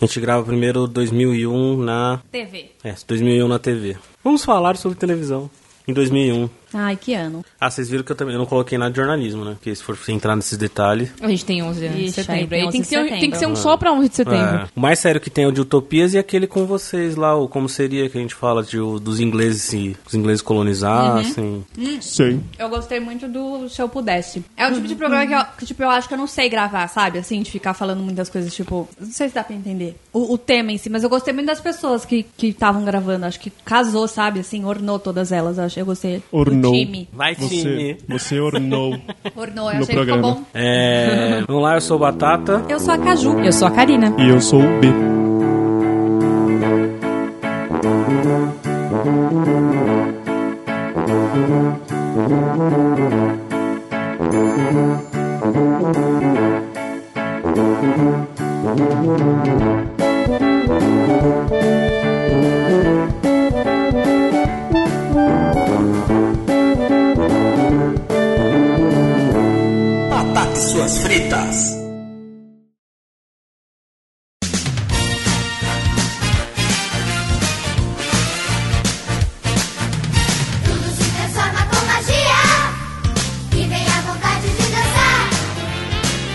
A gente grava primeiro 2001 na. TV. É, 2001 na TV. Vamos falar sobre televisão. Em 2001. Ai, que ano. Ah, vocês viram que eu também eu não coloquei nada de jornalismo, né? Porque se for entrar nesses detalhes. A gente tem 11 anos de Ixi, aí setembro. tem Aí 11 tem que, de ser um, setembro. tem que ser um só pra 11 de setembro. É. O mais sério que tem é o de utopias e aquele com vocês lá, o como seria que a gente fala de, o- dos ingleses se os ingleses colonizassem. Sim. Eu gostei muito do Se Eu Pudesse. É o tipo de programa que, eu, que, tipo, eu acho que eu não sei gravar, sabe? Assim, de ficar falando muitas coisas, tipo... Não sei se dá pra entender o, o tema em si, mas eu gostei muito das pessoas que que estavam gravando. Acho que casou, sabe? Assim, ornou todas elas. Eu, acho, eu gostei Ornou. do time. Vai Você, time. você ornou. Ornou, eu achei No que ficou programa. bom. É, vamos lá, eu sou o Batata. Eu sou a Caju. Eu sou a Karina. e eu sou o B. Batata e suas fritas. Tudo se transforma com magia E vem a vontade de dançar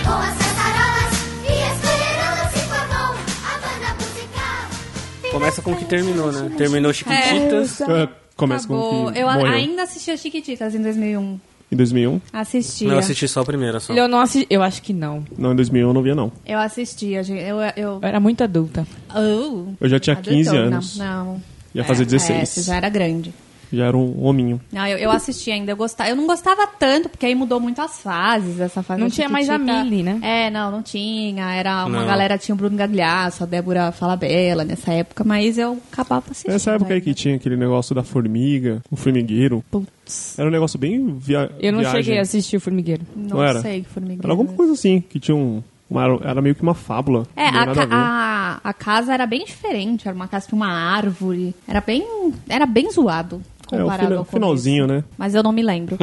Com as caçarolas E escolherando-se por mão A banda musical Começa com o que terminou, né? Terminou Chiquititas. É, Começa com Acabou. o que tá Eu a- morreu. ainda assisti a Chiquititas em 2001. Em 2001? Assistia. Não, eu assisti só a primeira só. Eu não assisti. Eu acho que não. Não, em 2001 eu não via, não. Eu assistia, gente. Eu... eu... Eu era muito adulta. Oh. Eu já tinha Adultona. 15 anos. Não, não. Ia fazer É, 16. É, você já era grande. Já era um hominho. Não, Ah, eu, eu assisti ainda, eu gostava. Eu não gostava tanto, porque aí mudou muito as fases dessa fase. Não da tinha mais a Chiquitita. Millie, né? É, não, não tinha. Era uma Não. galera, tinha o Bruno Gagliasso, a Débora Falabella nessa época, mas eu acabava assistindo. né? Nessa época aí ainda. que tinha aquele negócio da formiga, o formigueiro. Putz. Era um negócio bem via Eu não viagem. cheguei a assistir o Formigueiro. Não, não era? sei que formigueiro. Era alguma coisa assim, que tinha um... uma- era meio que uma fábula. É, não a, nada ca- a ver. a, a casa era bem diferente, era uma casa com uma árvore. Era bem. Era bem zoado. É, o Comparado fina- ao começo. finalzinho, né? Mas eu não me lembro.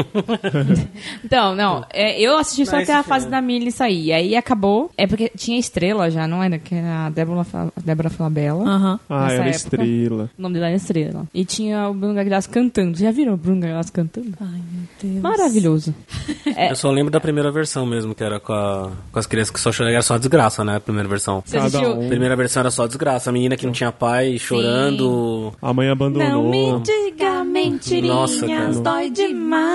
Então, não. é, eu assisti só Mas até a assisti, fase né? da Millie sair. Aí acabou. É porque tinha estrela já, não era? Que era a Débora, Fa- Débora Falabella. Aham. Ah, Nessa era época. estrela. O nome dela é Estrela. E tinha o Bruno Gagliasso cantando. Já viram o Bruno Gagliasso cantando? Ai, meu Deus. Maravilhoso. É. Eu só lembro da primeira versão mesmo, que era com, a- com as crianças que só choravam, era só desgraça, né? A primeira versão. Você Cada assistiu? um. A primeira versão era só desgraça. A menina que não tinha pai chorando. A mãe abandonou. Não me diga mentirinhas, Nossa, cara. dói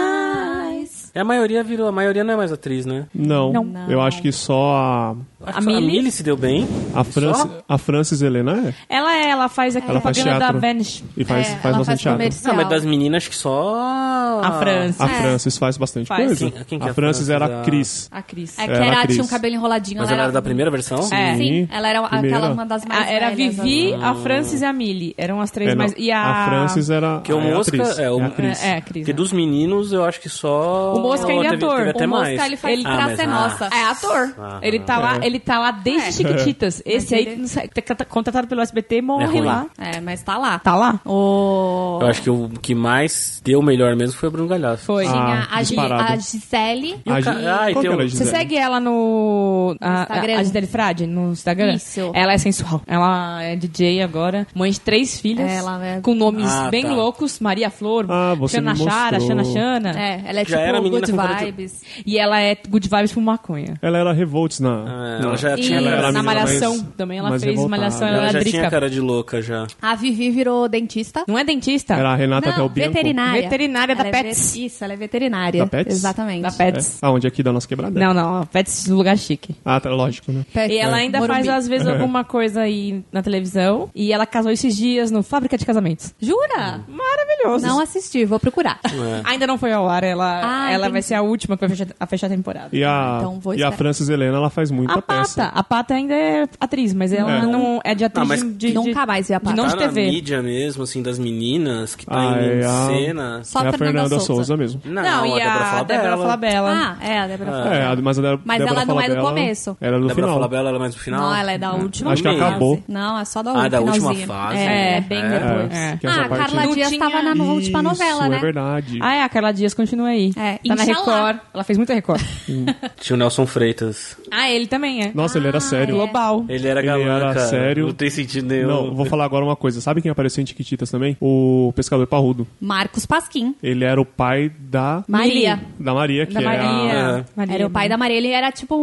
demais. E a maioria virou, a maioria não é mais atriz, né? Não, Não. eu acho que só Acho A que só Millie? se deu bem. a, a, Franci- a Francis Helena é. Ela é, ela faz a Ela faz propaganda da teatro. Vanish. E faz, É, faz ela bastante teatro. comercial. Não, Ah, mas das meninas acho que só. Ah. A França. A Francis faz bastante Faz. coisa. Quem- quem que é a a Francis Francis? era A- a Cris. A Cris. É que Era era, atriz. tinha um cabelo enroladinho. Mas ela era da primeira versão? É. Sim, ela era Primeira. aquela uma das mais Ah, era a velhas, Vivi, a Francis e a Millie. Eram as três É, não. mais. E a. Francis era Porque o é a Mosca. atriz. É, o, a atriz. É, é, a Cris. Porque dos meninos eu acho que só. O Mosca ainda é teve- ator. teve até O Mosca, mais. Ele faz Ah, Praça mas- é ah. Nossa. É ator. Ele tá, É. lá, ele tá lá desde Chiquititas. Esse aí, É. ele- não sei, tá- tá contratado pelo SBT, É morre ruim. lá. É, mas tá lá. Tá lá? O... Eu acho que o que mais deu melhor mesmo foi o Bruno Galhaço. Foi. Ah, a, Gi- disparado. a Gisele. E o A ca- Gi- Ah, e tem Qual que era o- a Você Gisele? segue ela no. A, Instagram. a, a Gisele Frade no Instagram? Isso. Ela é sensual. Ela é DJ agora, mãe de três filhas. Ela é- Com nomes Ah, bem tá. loucos: Maria Flor, Ah, você Xana me Chara, Xana mostrou. Xana. É, ela Já é tipo era a menina Good com cara de- Vibes. E ela é good vibes por maconha. Ela era revolts na. Ah, na- ela já tinha. Ela era a na menina Malhação mais- também, ela mais fez revoltada. Malhação, ela ela já drica. tinha cara de louca já. A Vivi virou dentista. Não é dentista? Era a Renata Não, Belbianco. veterinária. Veterinária da Ela é Pets. ve- Isso, ela é veterinária. Da Pets? Exatamente. Da É. Pets. Ah, onde aqui da nossa quebrada? Não, não, a Pets é um lugar chique. Ah, tá, lógico, né? Pets. E ela ainda É. Morumbi. faz, às vezes, alguma coisa aí na televisão. E ela casou esses dias no Fábrica de Casamentos. Hum. Jura? Maravilhoso. Não assisti, vou procurar. É. Ainda não foi ao ar, ela, Ah, ela entendi. vai ser a última que vai fechar a, fechar a temporada. E a, Então vou e a esperar. Francis Helena, ela faz muita A peça. Pata. A Pata ainda é atriz, mas ela É. não é de atriz Ah, mas de, de- Nunca mais vi a de não Pata. de tá na TV. mídia mesmo, assim, das meninas que tá Ah, em é, a- cena. Só É a Fernanda, Fernanda Fernanda Souza. Souza, mesmo. Não, e a Débora Falabella. Ah, é, a Débora Falabella. É, a- mas a Débora Mas Débora ela não é do Falabella- começo. Era no Débora final. Falabella ela é mais no final? Não, ela é da última Acho que fase. acabou. Não, é só da Ah, última, da última finalzinha. fase? É, bem É. depois. É, que Ah, essa a parte- Carla Não Dias tinha- tava na última novela, Isso, né? é verdade. Ah, é, a Carla Dias continua aí. É, tá na Inxalá. Record. Ela fez muita Record. é- Tinha o Nelson Freitas. ah, ele também é. Nossa, ele era sério. É Global. Ele era Ele galã, era cara. sério. Não tem sentido nenhum. Não, vou falar agora uma coisa. Sabe quem apareceu em Tiquititas também? O pescador parrudo. Marcos Pasquim. Ele era o pai da Maria. da Maria, que Da é a... Maria. é. Maria. né? Era o pai da Maria. Ele era tipo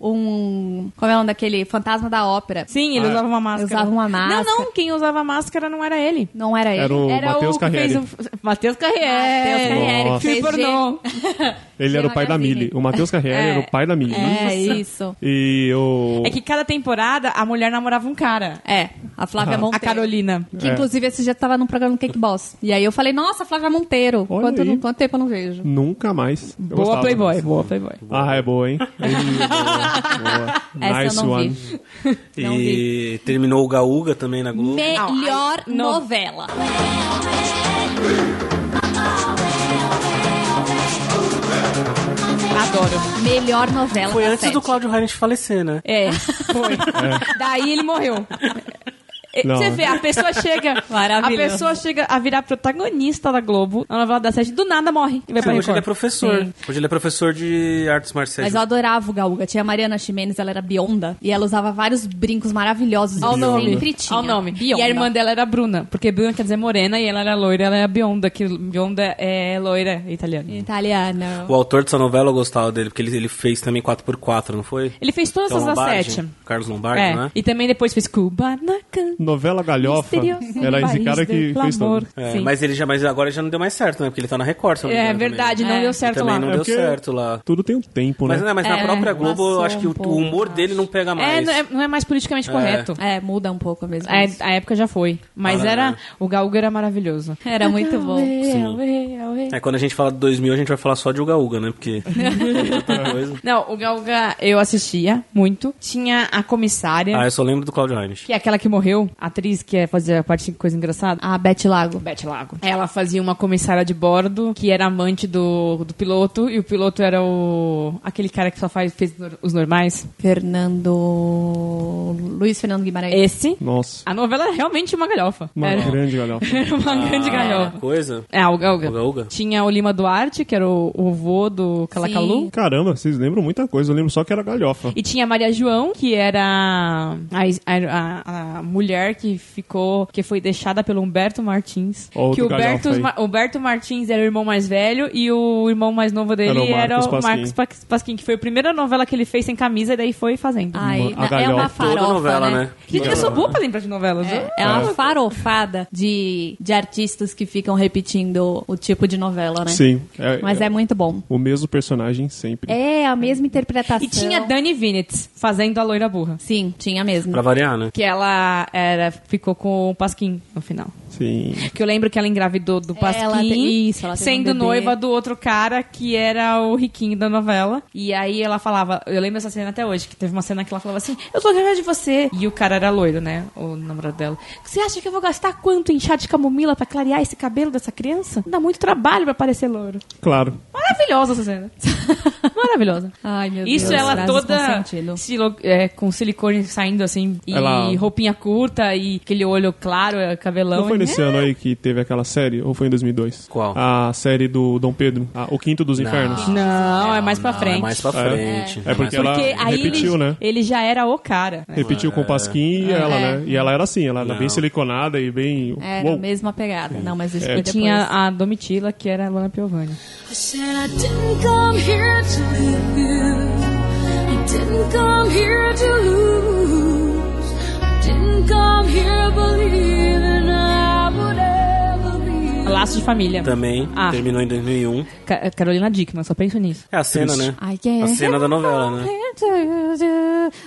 um... Como é o nome daquele? Fantasma da ópera. Sim, ele Ah, usava uma máscara. usava uma máscara. Não, não, quem usava máscara não era ele. Não era ele. Era o Era Matheus o que fez Carriere. o... Matheus Carriere. Carriere, Nossa. Filme fez pornô. Ele era o pai da Magazine. Mili. O Matheus Carriere era o pai da Mili. É, isso. E o... É que cada temporada a mulher namorava um cara. É, a Flávia A Monteiro. Carolina. Que É. inclusive esse dia tava num programa do Cake Boss. E aí eu falei, nossa, Flávia Monteiro. Olha Quanto, aí. quanto tempo eu não vejo. Nunca mais. Eu Boa gostava. Playboy, boa Playboy. Ah, é boa, hein? Ih, boa, boa. Essa eu nice não one. vi. Não E terminou o Gaúga também na Globo. Melhor não. novela. Adoro. Melhor novela. Foi da antes do sete. Cláudio Heinrich falecer, né? É, foi. Daí ele morreu. E- É. Não. Você vê, a pessoa chega. Maravilhoso. A pessoa chega a virar protagonista da Globo, na novela da sete, do nada morre e vai pra hoje ele é Record. professor. Sim. Hoje ele é professor de artes marciais. Mas eu adorava o Gaúga. Tinha a Mariana Ximenes, ela era bionda. E ela usava vários brincos maravilhosos. Ao Eu nome. Sempre tinha. Ao nome. Bionda. E a irmã dela era Bruna, porque Bruna quer dizer morena e ela era loira, ela era bionda, que bionda é loira italiana. Italiana. O autor dessa novela eu gostava dele, porque ele, ele fez também 4x4, não foi? Ele fez todas Que é o as da Lombardi, sete. Carlos Lombardi, É, né? e também depois fez Cuba na Novela Galhofa. Era esse cara que fez tudo. É, mas ele já, mas agora já não deu mais certo, né? Porque ele tá na Record, se eu não me É engano, também. verdade, não É. deu certo também lá. não É deu porque certo lá. Tudo tem um tempo, né? Mas, né, mas na É, própria Globo, eu passou acho que um o, o pouco, humor acho. dele não pega É, mais. não é, não é mais politicamente É. correto. É, muda um pouco mesmo. É, isso. a época já foi. Mas Ah, era. né? O Gaúga era maravilhoso. Era muito bom. É, quando a gente fala de 2000, a gente vai falar só de Uga Uga, né? Porque é outra coisa. Não, o Gaúga eu assistia muito. Tinha a comissária, Ah, eu só lembro do Claudio Heinrich. que é aquela que morreu, a atriz que é fazer a parte de coisa engraçada. A Beth Lago. Beth Lago. Ela fazia uma comissária de bordo que era amante do, do piloto e o piloto era o aquele cara que só faz fez nor- os normais. Fernando. Luiz Fernando Guimarães. Esse. Nossa. A novela era realmente uma galhofa. Uma era, grande galhofa. era uma grande Ah, galhofa. coisa. É, o Gaúga. Uga Uga? Tinha o Lima Duarte, que era o, o vô do Calacalu. Caramba, vocês lembram muita coisa. Eu lembro só que era galhofa. E tinha a Maria João, que era a, es- a- a- a mulher que ficou, que foi deixada pelo Humberto Martins. Outro que o galhofa Humberto, aí. Ma- Humberto Martins era o irmão mais velho e o irmão mais novo dele Era o era Marcos o Marcos Pasquim. Pas- Pasquim, que foi a primeira novela que ele fez sem camisa e daí foi fazendo. Ai, A na- é galhofa. uma farofa. Toda novela, né? Gente, eu sou boa pra lembrar de novelas. É, eu- é uma farofada de, de artistas que ficam repetindo o tipo de novela, né? Sim. É- Mas é muito bom. O mesmo personagem sempre. É a mesma interpretação. E tinha Dani Vinitz fazendo a loira burra. Sim, tinha mesmo. Pra variar, né? Que ela era, ficou com o Pasquim no final. Sim. Que eu lembro que ela engravidou do Pasquim, ela te- isso, ela teve um sendo bebê. noiva do outro cara que era o riquinho da novela. E aí ela falava, eu lembro essa cena até hoje, que teve uma cena que ela falava assim: "Eu tô grávida de você". E o cara era loiro, né? O namorado dela. Você acha que eu vou gastar quanto em chá de camomila pra clarear esse cabelo dessa criança? Dá muito trabalho pra parecer loiro. Claro. Maravilhosa essa cena. Maravilhosa. Ai, meu Isso Deus, ela frases com toda sentido. silo- é, com silicone saindo assim e Ela- roupinha curta e aquele olho claro, é, cabelão. Não foi e- nesse ano aí que teve aquela série? Ou foi em 2002? Qual? A série do Dom Pedro. Ah, o Quinto dos Infernos. Não, é mais pra Não, frente. É mais pra frente. É mais porque pra- ela Porque aí repetiu, ele, né? ele já era o cara. né? Repetiu com o Pasquim e ela, né? E ela era assim, ela era Não. bem siliconada e bem. É. Era Uou. a É, mesma pegada. Não, mas isso foi E depois. É. tinha a Domitila, que era a Luana Piovani. I said I didn't come here to leave you. I didn't come here to lose. I didn't come here believing I would ever be. Laço de Família. Tá. Também Ah. terminou em 2001. Ca- Carolina Dickman, só penso nisso. É a cena, né? Ai, que é? A cena da novela, né? I didn't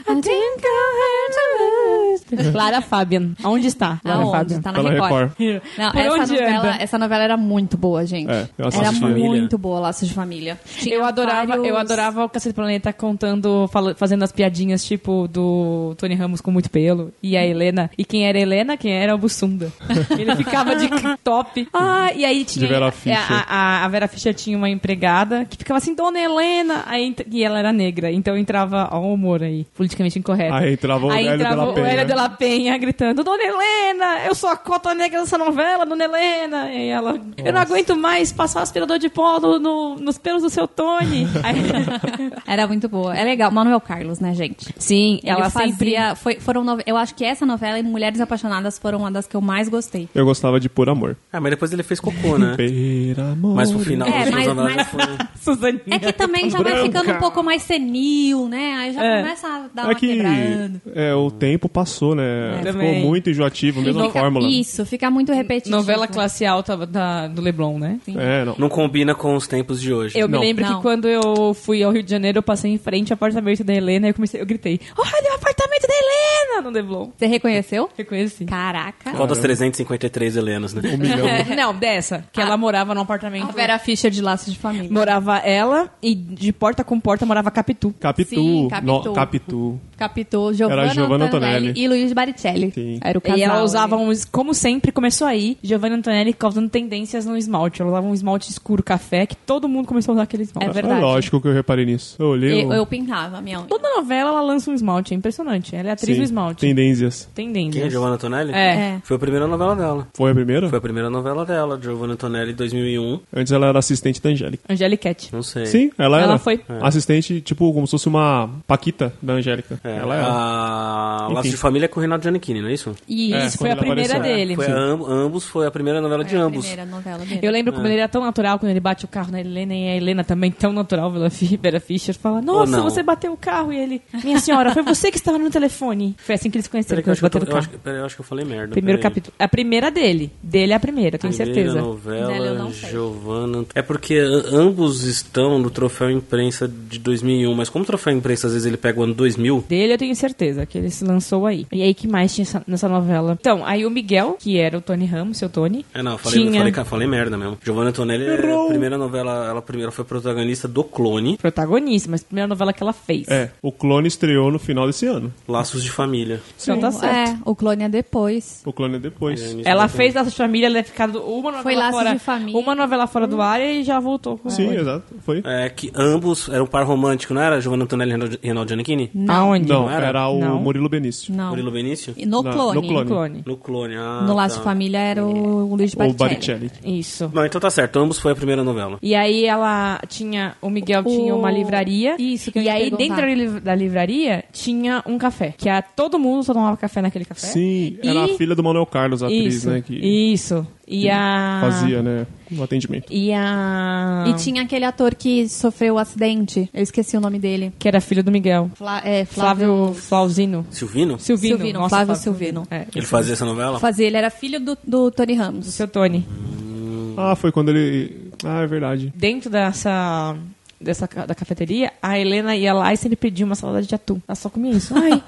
come here to lose. Clara Fabian. Aonde está? Clara Aonde? Fabian. Tá na Pela Record. Record. Não, Por essa onde novela, anda? essa novela era muito boa, gente. É, eu assisti. era Laços de muito Família. boa, Laços de Família. Eu adorava, eu vários- adorava o Cacete Planeta contando, fala- fazendo as piadinhas tipo do Tony Ramos com muito pelo e a Helena. E quem era a Helena? Quem era o Bussunda. Ele ficava de top. Ah, e aí tinha. De Vera é, Fischer. A, a- a Vera Fischer tinha uma empregada que ficava assim, Dona Helena. Aí, ent- e ela era negra. Então entrava. Ó, o humor aí. Politicamente incorreto. Aí entrava o Aí Hélio entrava de la o Penha. Hélio de la Penha gritando: Dona Helena, eu sou a cota negra dessa novela, Dona Helena. E ela, eu não aguento mais passar aspirador de pó no- no- nos pelos do seu Tony. Aí- Era muito boa. É legal. Manuel Carlos, né, gente? Sim, Ela ela sempre. fazia. Foi, foram nove- Eu acho que essa novela e Mulheres Apaixonadas foram uma das que eu mais gostei. Eu gostava de Por Amor. Ah, mas depois ele fez cocô, né? Per amor. Mas pro final É, dos mas- seus anos mas- foi... Suzaninha. É que também já vai Branca. ficando um pouco mais senil, né? Aí já É. começa a dar é uma que quebrada. é, o tempo passou, né? É. Ficou Também. muito enjoativo, mesma Fica- fórmula. Isso, fica muito repetitivo. Novela classe alta da- do Leblon, né? É, não. Não combina com os tempos de hoje. Eu me Não. lembro Não. que quando eu fui ao Rio de Janeiro, eu passei em frente ao apartamento da Helena e eu comecei, eu gritei, "Oh, olha o apartamento da Helena no Leblon. Você reconheceu? Reconheci. Caraca. Qual das 353 Helenas, né? Não, dessa. Que ela morava num apartamento. Ah. A Vera Fischer de Laços de Família. Morava ela e de porta com porta morava Capitu. Capitu. Sim, no- Capitu. Capitu. Capitou Giovanna, Giovanna Antonelli, Antonelli. e Luiz Baricelli. Sim. Era o casal. né? e ela usava, ali. um, es- como sempre, começou aí, Giovanna Antonelli causando tendências no esmalte. Ela usava um esmalte escuro café, que todo mundo começou a usar aquele esmalte. É verdade. lógico que eu reparei nisso. Eu olhei. Eu, o- eu pintava a minha unha. Toda novela ela lança um esmalte, é impressionante. Ela é atriz um Sim, do esmalte. Tendências. Quem é Tendências. Giovanna Antonelli? É. É. Foi a primeira novela dela. Foi a primeira? Foi a primeira novela dela, Giovanna Antonelli, 2001. Antes ela era assistente da Angélica. Angeliquete. Não sei. Sim, ela, Ela era foi. assistente, tipo, como se fosse uma Paquita da Angélica. É, Ela era. A Enfim. Laço de Família é com o Renato Giannichini, não é isso? E É, isso foi a quando ela primeira apareceu. dele. Foi a amb- ambos, foi a primeira novela de Era É a ambos. primeira novela É. dele. Eu lembro como ele era tão natural quando ele bate o carro na Helena e a Helena também tão natural, Vila Fi- Vera Fischer, fala, nossa, não. você bateu o carro e ele, minha senhora, foi você que estava no telefone. Foi assim que eles se conheceram, Peraí que eu acho quando que eu, tô- bateram o eu carro. acho que- peraí, eu acho que eu falei merda. Primeiro peraí. capítulo. A primeira dele. Dele é a primeira, tenho Primeira certeza. Dela eu novela, não sei. Giovana. É porque a- ambos estão no troféu imprensa de 2001, mas como o troféu imprensa às vezes ele pega o ano 2000, Dele eu tenho certeza que ele se lançou aí. E aí, que mais tinha essa- nessa novela? Então, aí o Miguel, que era o Tony Ramos, seu Tony. É, não, eu falei, eu Tinha. falei, falei merda mesmo. Giovanna Antonelli, é a primeira novela, ela primeira foi protagonista do Clone, Protagonista, mas a primeira novela que ela fez. É, o clone estreou no final desse ano. Laços de Família. Então tá certo. É, o clone é depois. O clone é depois. É, início Ela da- fez Laços de Família, ela deve ficar do- uma novela Foi Laços fora, de Família. Hum. uma novela fora do ar e já voltou. com Sim, ela. exato. Foi. É, que ambos eram um par romântico, não era? Giovanna Antonelli e Renaud- Reinaldo Giannichini? Aonde? Não, Não era? era, o Não. Murilo Benício. Não. Murilo Benício? E No Na- clone. no Clone. Clone. No Clone, ah, No Laço tá. Família era o Luiz Ou Baricelli. Baricelli. Isso. Não, então tá certo, ambos foi a primeira novela. E aí ela tinha. O Miguel tinha uma livraria. Isso que eu E ia aí, perguntar. dentro da liv- da livraria, tinha um café. Que a, todo mundo só tomava café naquele café. Sim, É? era E- a filha do Manuel Carlos, a atriz, Isso. né? Que Isso. E a. fazia, né? O atendimento. E a. E tinha aquele ator que sofreu o acidente. Eu esqueci o nome dele. Que era filho do Miguel. Fla- é, Flávio. Flauzino. Silvino? Silvino. Silvino, Nossa, Flávio Silvino. É. Ele fazia essa novela? Fazia, ele era filho do, do Tony Ramos. Seu Tony. Hum. Ah, foi quando ele. Ah, é verdade. Dentro dessa. Dessa, ca- da cafeteria, a Helena ia lá e sempre pedia uma salada de atum. Ela só comia isso. Ai,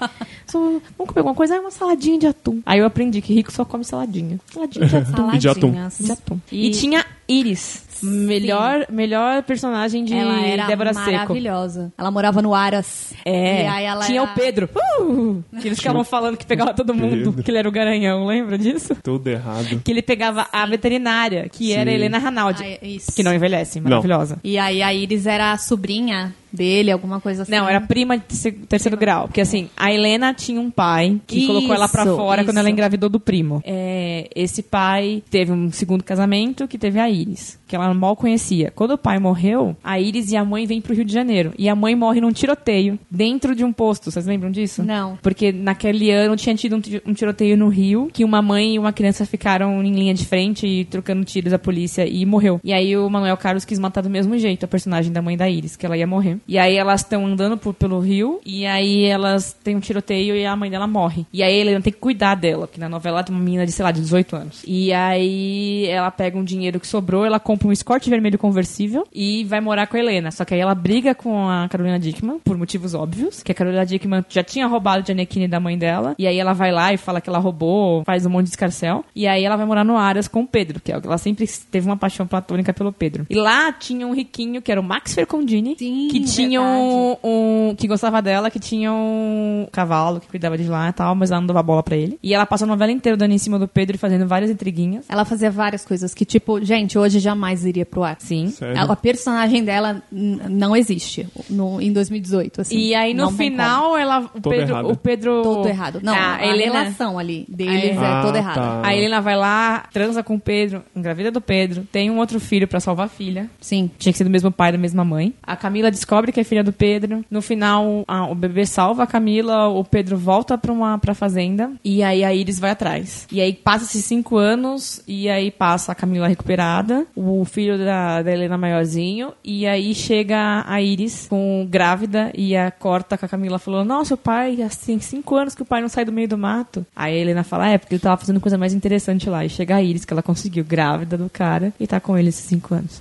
só- vamos comer alguma coisa? Ai, uma saladinha de atum. Aí eu aprendi que rico só come saladinha. Saladinha de atum. E de atum. Saladinhas. De atum. é assim. E- E, tinha Iris, melhor, melhor personagem de Ela era Débora Seco. maravilhosa. Ela morava no Aras. É, E aí ela tinha era- o Pedro. Uh! que eles ficavam falando que pegava todo mundo, Pedro. que ele era o garanhão, lembra disso? Tudo errado. Que ele pegava a veterinária, que era a Helena Ranaldi, Ah, é isso. que não envelhece, maravilhosa. E aí a Iris era a sobrinha dele, alguma coisa assim. Não, era prima de se- terceiro grau. Porque assim, a Helena tinha um pai que Isso, colocou ela pra fora isso. quando ela engravidou do primo. É, esse pai teve um segundo casamento que teve a Iris, que ela mal conhecia. Quando o pai morreu, a Iris e a mãe vêm pro Rio de Janeiro. E a mãe morre num tiroteio dentro de um posto. Vocês lembram disso? Não. Porque naquele ano tinha tido um, ti- um tiroteio no Rio, que uma mãe e uma criança ficaram em linha de frente e trocando tiros da polícia e morreu. E aí o Manuel Carlos quis matar do mesmo jeito a personagem da mãe da Iris, que ela ia morrer. E aí elas estão andando por- pelo Rio, e aí elas têm um tiroteio e a mãe dela morre. E aí ele tem que cuidar dela, porque na novela tem uma menina de, sei lá, de 18 anos. E aí ela pega um dinheiro que sobrou, ela compra compra um Escort vermelho conversível e vai morar com a Helena. Só que aí ela briga com a Carolina Dickman, por motivos óbvios, que a Carolina Dickman já tinha roubado de Anekine da mãe dela. E aí ela vai lá e fala que ela roubou, faz um monte de escarcel. E aí ela vai morar no Aras com o Pedro, que é o que ela sempre teve uma paixão platônica pelo Pedro. E lá tinha um riquinho, que era o Max Fercondini, Sim, que tinha um, um- que gostava dela, que tinha um cavalo que cuidava de lá e tal, mas ela não dava bola pra ele. E ela passa a novela inteira dando em cima do Pedro e fazendo várias intriguinhas. Ela fazia várias coisas que, tipo, gente, hoje jamais iria pro ar. Sim. Sério? A, a personagem dela n- não existe no, em 2018. Assim, E aí no Não tem final ela o Toda errada. Pedro, o Pedro como. Todo errado. Não, Ah, a, a Helena relação ali deles Ah, é é. toda Ah, errada. tá. a Helena vai lá, transa com o Pedro, engravida do Pedro, tem um outro filho pra salvar a filha. Sim. Tinha que ser do mesmo pai, da mesma mãe. A Camila descobre que é filha do Pedro. No final, a- o bebê salva a Camila, o Pedro volta pra, uma, pra fazenda. E aí a Iris vai atrás. E aí passa esses cinco anos, e aí passa a Camila recuperada, o filho da, da Helena maiorzinho. E aí chega a Iris com grávida e a corta com a Camila falou: Nossa, o pai, assim, cinco anos que o pai não sai do meio do mato. Aí a Helena fala: É, porque ele tava fazendo coisa mais interessante lá. E chega a Iris, que ela conseguiu, grávida do cara, e tá com ele esses cinco anos.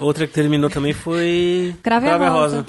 Outra que terminou também foi. Crave a a Rosa. Rosa.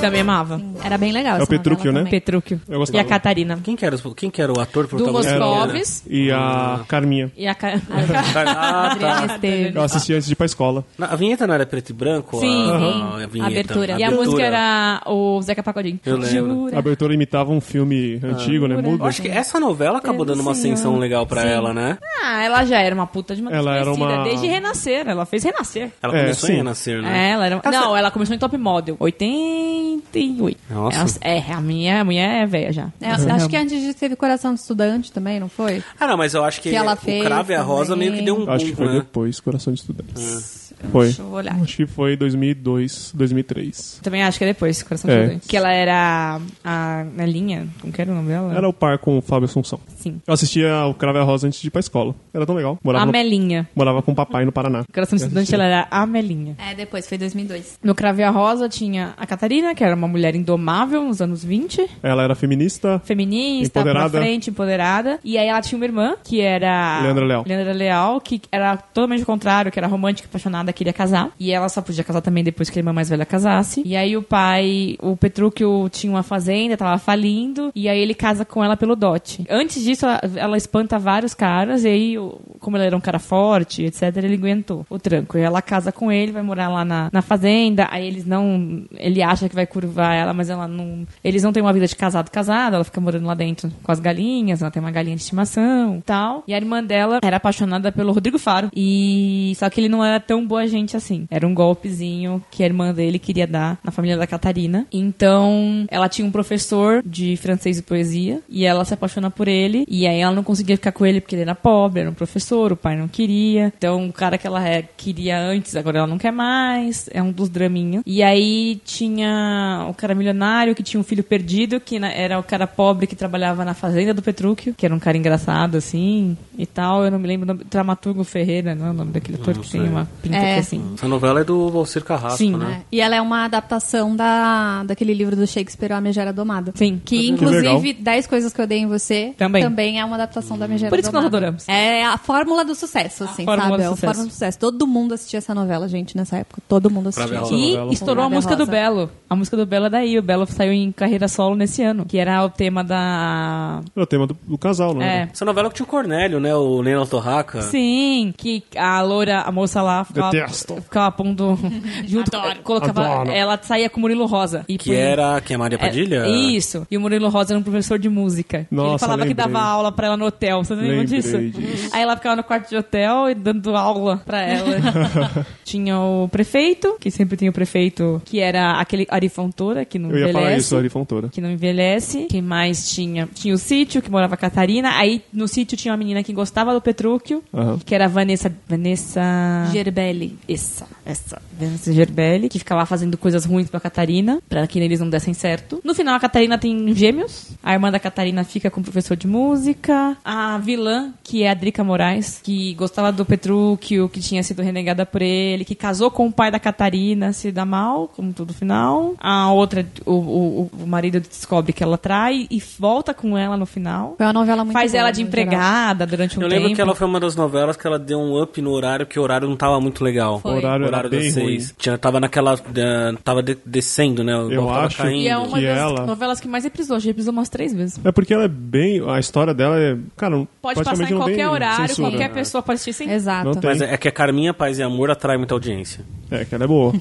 Também amava. Era bem legal. É essa o novela Petrúquio, né? também. Petrúquio. Eu gostava. E a Catarina. Quem que, era, os- quem que era o ator Do protagonista? Moscovis. E a Carminha. E a Ca- Ah, tá. Adriana Esteves. Eu assisti antes de ir pra escola. Na- A vinheta não era preto e branco? Sim, a, sim. A, vinheta. Abertura. E a Abertura. música era o Zeca Pagodinho. Eu lembro. A abertura imitava um filme Ah. antigo, né? Mudo. Eu acho que Uhum. essa novela acabou dando uma ascensão legal pra ela, né? Ah, ela já era uma puta de uma Ela era desconhecida uma- desde renascer. Ela fez renascer. Ela É, começou sim. a renascer, né? É, Ela era... Não, ela começou em top model. 88. Nossa. Ela- É, a minha a mulher é velha já. É, acho que antes disso teve Coração de Estudante também, não foi? Ah, não, mas eu acho que, Que ela o fez Crave e a Rosa também. meio que deu um Eu Acho que pouco, foi né? depois, Coração de Estudantes. Foi. Deixa eu olhar. Acho que foi 2002, 2003. Também acho que é depois, Coração de É. Judeu. Que ela era a, a linha, como que era o nome dela? Era o par com o Fábio Assunção. Sim. Eu assistia o Crave a Rosa antes de ir pra escola. Era tão legal. A Morava, no- Melinha. morava com o papai no Paraná. Coração de Eu Estudante, assistia. ela era a Melinha. É, depois, foi 2002. No Crave a Rosa tinha a Catarina, que era uma mulher indomável nos anos 20, Ela era feminista. feminista, Empoderada. pra frente, empoderada. E aí ela tinha uma irmã, que era. Leandra Leal. Leandra Leal, que era totalmente o contrário, que era romântica, apaixonada, queria casar. E ela só podia casar também depois que a irmã mais velha casasse. E aí o pai, o Petrúquio, tinha uma fazenda, tava falindo. E aí ele casa com ela pelo dote. Antes disso, ela, ela espanta vários caras. E aí, o- como ele era um cara forte, etc., ele aguentou o tranco. E ela casa com ele, vai morar lá na, na fazenda. Aí eles não. Ele acha que vai curvar ela, mas ela não. Eles não têm uma vida de casado casado. Ela fica morando lá dentro com as galinhas. Ela tem uma galinha de estimação e tal. E a irmã dela era apaixonada pelo Rodrigo Faro. E. Só que ele não era tão boa gente assim. Era um golpezinho que a irmã dele queria dar na família da Catarina. Então, ela tinha um professor de francês e poesia. E ela se apaixona por ele. E aí ela não conseguia ficar com ele porque ele era pobre, era um professor, o pai não queria. Então, o cara que ela é- queria antes, agora ela não quer mais. É um dos draminhos. E aí tinha o cara milionário que tinha um filho perdido, que na- era o cara pobre que trabalhava na fazenda do Petrúquio, que era um cara engraçado, assim, e tal. Eu não me lembro o nome. Dramaturgo Ferreira, não é o nome daquele ator que tem uma pinta É. que assim. Essa novela é do Valcir Carrasco, Sim, né? E ela é uma adaptação da, daquele livro do Shakespeare, A Megera Domada. Sim. Que, inclusive, 10 Coisas que eu dei em você Também. é uma adaptação da Megera Domada. Por isso que nós adoramos. É a fórmula do sucesso, assim, fórmula sabe? do é a sucesso. fórmula do sucesso. Todo mundo assistia essa novela, gente, nessa época. Todo mundo Pra assistia. ver a E novela. estourou a Nada música do rosa. Belo. A música do Belo é daí. O Belo saiu em carreira solo nesse ano, que era o tema da. Era o tema do, do casal, não É. era? Essa novela que tinha o Cornélio, né? O Leonel Torraca. Sim, que a loura, a moça lá ficava, Detesto. ficava pondo junto, colocava, Adoro. ela saía com o Murilo Rosa. E Que punha- era... Que é Maria Padilha? É, isso. E o Murilo Rosa era um professor de música. E ele Nossa, falava que lembrei. dava aula pra ela no hotel. Você lembra Lembrei disso? disso. Aí ela ficava no quarto de hotel e dando aula pra ela. tinha o prefeito, que sempre tinha o prefeito, que era aquele Arifontora, que não Eu ia falar envelhece isso, Ari Fontoura. que não envelhece. Quem mais tinha? Tinha o sítio, que morava a Catarina. Aí no sítio tinha uma menina que gostava do Petrúquio, Aham. que era a Vanessa. Vanessa. Gerbelli. essa, essa, Vanessa Gerbelli, que fica lá fazendo coisas ruins pra Catarina, pra que eles não dessem certo. No final, a Catarina tem gêmeos, a irmã da Catarina fica com o professor de música, a vilã, que é a Drica Moraes, que gostava do Petrúquio, que tinha sido renegada por ele, que casou com o pai da Catarina, se dá mal, como tudo final. A outra, o, o, o marido descobre que ela trai e volta com ela no final. Foi É uma novela muito Faz boa, ela de no geral. empregada durante um Eu tempo. lembro que ela foi uma das novelas que ela deu um up no horário, que o horário não tava muito legal. Foi. O horário era bem das seis. ruim. Tinha, tava naquela. eh, tava de- descendo, né? O Eu golpe tava acho caindo. E é uma Que das ela- novelas que mais reprisou. Já reprisou umas três vezes. É porque ela é bem. A história dela é. Cara, não- Pode passar praticamente em não tem qualquer horário, censura. né? qualquer pessoa pode assistir sem... Exato. Não tem. Mas é é que a Carminha Paz e Amor atrai muita audiência. É, que ela é boa.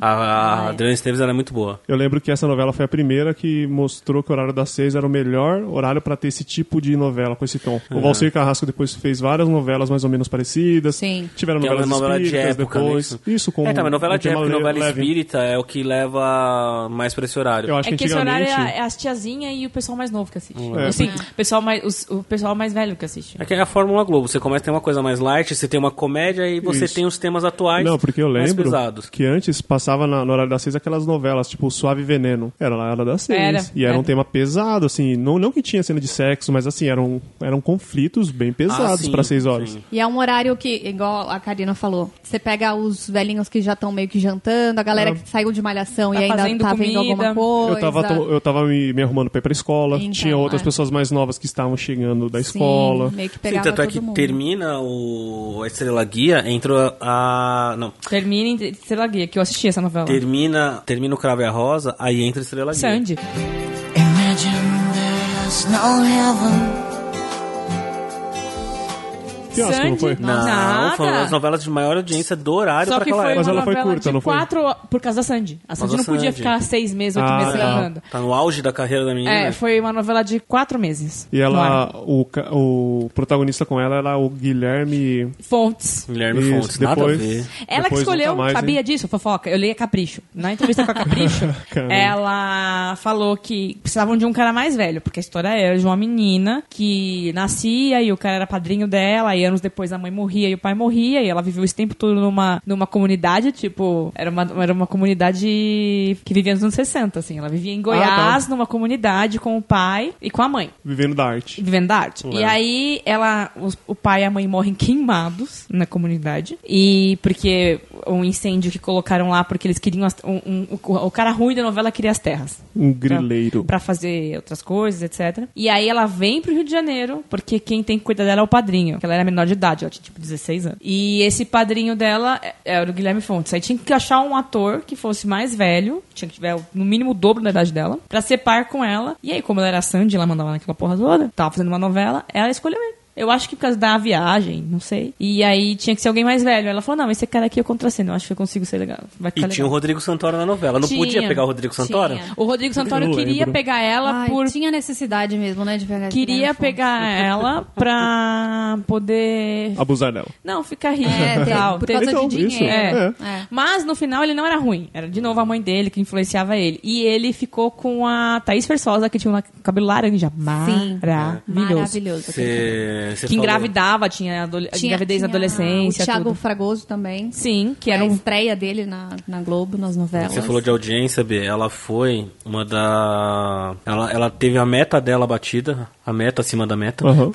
A, Ah, a Adriana Esteves ela é muito boa. Eu lembro que essa novela foi a primeira que mostrou que o horário das seis era o melhor horário pra ter esse tipo de novela com esse tom. É. O Valsir Carrasco depois fez várias novelas mais ou menos parecidas. Sim. Tiveram Que é uma novelas novela de espíritas época, né? depois. Isso com é, tá, mas novela um de tema época e le- novela leve. espírita é o que leva mais pra esse horário. Eu acho É que que esse horário é, a- antigamente. é as tiazinhas e o pessoal mais novo que assiste. É. Assim, o pessoal mais, os- o pessoal mais velho que assiste. É que é a Fórmula Globo. Você começa a ter uma coisa mais light, você tem uma comédia e você Isso. tem os temas atuais Não, porque eu mais lembro pesados. que antes passava na, no horário das seis aquelas novelas, tipo Suave Veneno. Era lá, era das seis. Era, é. e era, era. um tema pesado, assim. Não, não que tinha cena de sexo, mas assim, eram, eram conflitos bem pesados Ah, sim, é pra seis horas. sim. E é um horário que, igual a Karina falou, você pega os velhinhos que já estão meio que jantando, a galera que saiu de malhação Tá e ainda fazendo tá vendo comida. alguma coisa. É. Eu tava, to- eu tava me, me arrumando pra ir pra escola. Então, tinha outras é. pessoas mais novas que estavam chegando da Sim, escola. meio que Sim, pegava tanto é todo que mundo. termina o a Estrela Guia, entra a. Não. Termina em Estrela Guia, que eu assisti essa novela. Termina, termina o Crave a Rosa, aí entra a Estrela Guia. Sandy. Imagine there's no heaven. Fiasco, Sandy. não foi? Não, Nada. foram as novelas de maior audiência do horário Só pra que aquela foi época. Mas uma ela foi novela curta, de não foi? quatro ho- por causa da Sandy. A Sandy da não podia Sandy. ficar seis meses, oito Ah, meses tá. gravando. Tá no auge da carreira da menina. É, foi uma novela de quatro meses. E no ar. ela, o, ca- o protagonista com ela era o Guilherme. Fontes. Guilherme Isso, Fontes, nada a depois- ver. Ela que Depois escolheu, nunca mais, sabia hein? disso? Fofoca. Eu li a Capricho. Na entrevista com a Capricho, Caramba. ela falou que precisavam de um cara mais velho, porque a história era de uma menina que nascia e o cara era padrinho dela, e anos depois a mãe morria e o pai morria, e ela viveu esse tempo todo numa, numa comunidade, tipo, era uma, era uma comunidade que vivia nos anos 60, assim. Ela Ah, vivia em tá. Goiás, numa comunidade com o pai e com a mãe Vivendo da Arte. vivendo da arte. E aí ela, os- o pai e a mãe morrem queimados na comunidade. E porque um incêndio que colocaram lá porque eles queriam as- um- um- o, o cara ruim da novela queria as terras. Um grileiro. Pra fazer outras coisas, etc. E aí ela vem pro Rio de Janeiro, porque quem tem que cuidar dela é o padrinho. Porque ela era menor de idade, ela tinha tipo 16 anos. E esse padrinho dela é- era o Guilherme Fontes. Aí tinha que achar um ator que fosse mais velho, tinha que tiver no mínimo o dobro da idade dela, pra ser par com ela. E aí, como ela era Sandy, ela mandava naquela porra toda, tava fazendo uma novela, ela escolheu ele. Eu acho que por causa da viagem, não sei. E aí tinha que ser alguém mais velho. Ela falou: não, esse cara aqui eu contraceno, eu acho que eu consigo ser legal. Vai E ficar tinha o legal. Rodrigo Santoro na novela. Não Tinha, podia pegar o Rodrigo Santoro? tinha. O Rodrigo Santoro não queria lembro. pegar ela Ai, por Tinha necessidade mesmo, né, de pegar queria Guilherme Fontes. pegar ela pra poder. Abusar dela. Não, ficar rico É, e ter- tal. por ter- causa de Então, dinheiro. isso, É. é. É. Mas no final ele não era ruim. Era de novo a mãe dele que influenciava ele. E ele ficou com a Thaís Versosa, que tinha um cabelo laranja. Sim. Maravilhoso. Maravilhoso. Você, você Que falou- engravidava, tinha adole- gravidez na adolescência. O Thiago tudo. Fragoso também. Sim, que Que era era a um. estreia dele na, na Globo, nas novelas. Você falou de audiência, B. Ela foi uma da. Ela, ela teve a meta dela batida, a meta acima da meta, Aham.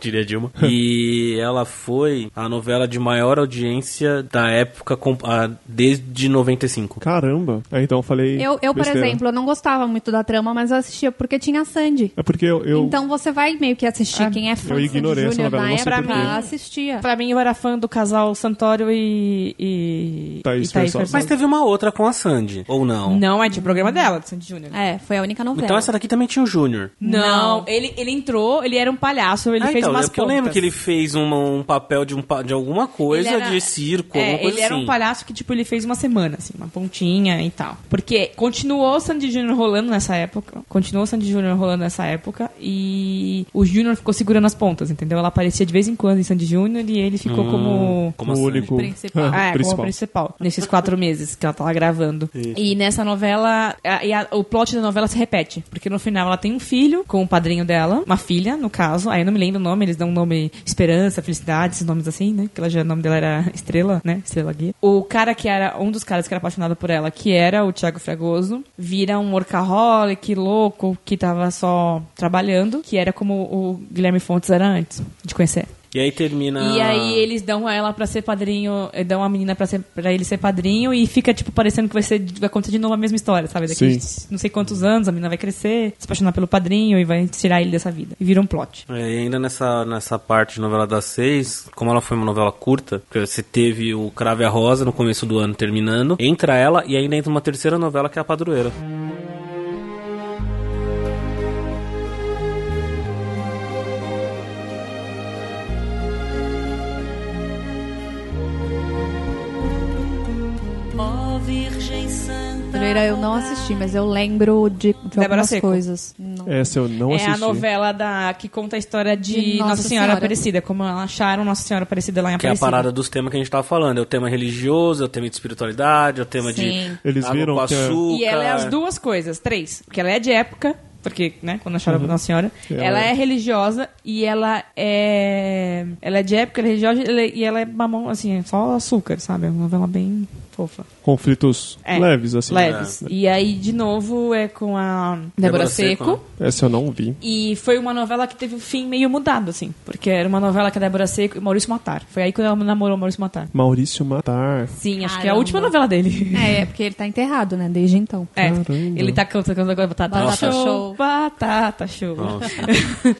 diria Dilma. E ela foi a novela de maior audiência da época com- ah, desde 95. Caramba. Aí então eu falei. Eu, eu por besteira. exemplo, eu não gostava muito da trama, mas eu assistia porque tinha a Sandy. É porque eu. eu Então você vai meio que assistir quem é fã eu de ignorei essa Júnior novela, na não sei época, porquê. assistia. Pra mim, eu era fã do casal Santoro e. e Thaís e Thaís Versosa. Mas teve uma outra com a Sandy, ou não? Não, é de programa dela, do Sandy Júnior. É, foi a única novela. Então essa daqui também tinha o Júnior. Não, ele, ele entrou, ele era um palhaço, ele Ah, fez então, umas é porque eu lembro pontas. que ele fez uma- um papel de, um, pa- de alguma coisa, Ele era- de circo, É, alguma coisa ele era assim. um palhaço que, tipo, ele fez uma semana, assim, uma pontinha e tal. Porque continuou o Sandy Júnior rolando nessa época. Continuou o Sandy Júnior rolando nessa época. E o Júnior ficou segurando as pontas. músicas, entendeu? Ela aparecia de vez em quando em Sandy Júnior e ele ficou como Hum, Como o assim? único Principal. ah, é, como principal. principal. Nesses quatro meses que ela tava gravando. E nessa novela, a- e a- o plot da novela se repete. Porque no final ela tem um filho com o padrinho dela, uma filha, no caso. Aí eu não me lembro o nome, eles dão um nome Esperança, Felicidade, esses nomes assim, né? Que ela já, o nome dela era Estrela, né? Estrela Guia. O cara que era, um dos caras que era apaixonado por ela, que era o Thiago Fragoso, vira um workaholic louco que tava só trabalhando, que era como o Guilherme Fontes era antes de conhecer. E aí termina. E aí eles dão a ela pra ser padrinho, eh, dão a menina pra, ser, pra ele ser padrinho e fica, tipo, parecendo que vai, ser, vai acontecer de novo a mesma história, sabe? Daqui Sim. não sei quantos anos a menina vai crescer, se apaixonar pelo padrinho e vai tirar ele dessa vida. E vira um plot. É, e ainda nessa, nessa parte de novela das seis, como ela foi uma novela curta, porque você teve o Crave a Rosa no começo do ano terminando, entra ela e ainda entra uma terceira novela que é a Padroeira. Hum, Primeira eu não assisti, mas eu lembro de, de Débora algumas Seco. coisas. Não. Essa eu não é assisti. a novela da, que conta a história de De Nossa, Nossa Senhora, Senhora. Aparecida, como acharam Nossa Senhora Aparecida lá em Que é a Aparecida. parada dos temas que a gente tava falando. É o tema religioso, é o tema de espiritualidade, é o tema Sim. de Eles água viram com que é- açúcar. E ela é as duas coisas, três. Porque ela é de época, porque, né, quando acharam Nossa Senhora. Ela Ela é é religiosa e ela é. Ela é de época, ela é religiosa ela é- e ela é mamão, assim, é só açúcar, sabe? É uma novela bem fofa. Conflitos É. leves, assim. Leves. E aí, de novo, é com a Débora Débora, Seco. Seco. né? Essa eu não vi. E foi uma novela que teve o fim meio mudado, assim. Porque era uma novela que a Débora Seco e Maurício Matar. Foi aí que ela namorou o Maurício Matar. Maurício Matar. Sim, acho que é a Caramba. última novela dele. É, é porque ele tá enterrado, né? Desde então. É, Caramba. ele tá cantando cantando agora batata Batata show, show. batata show.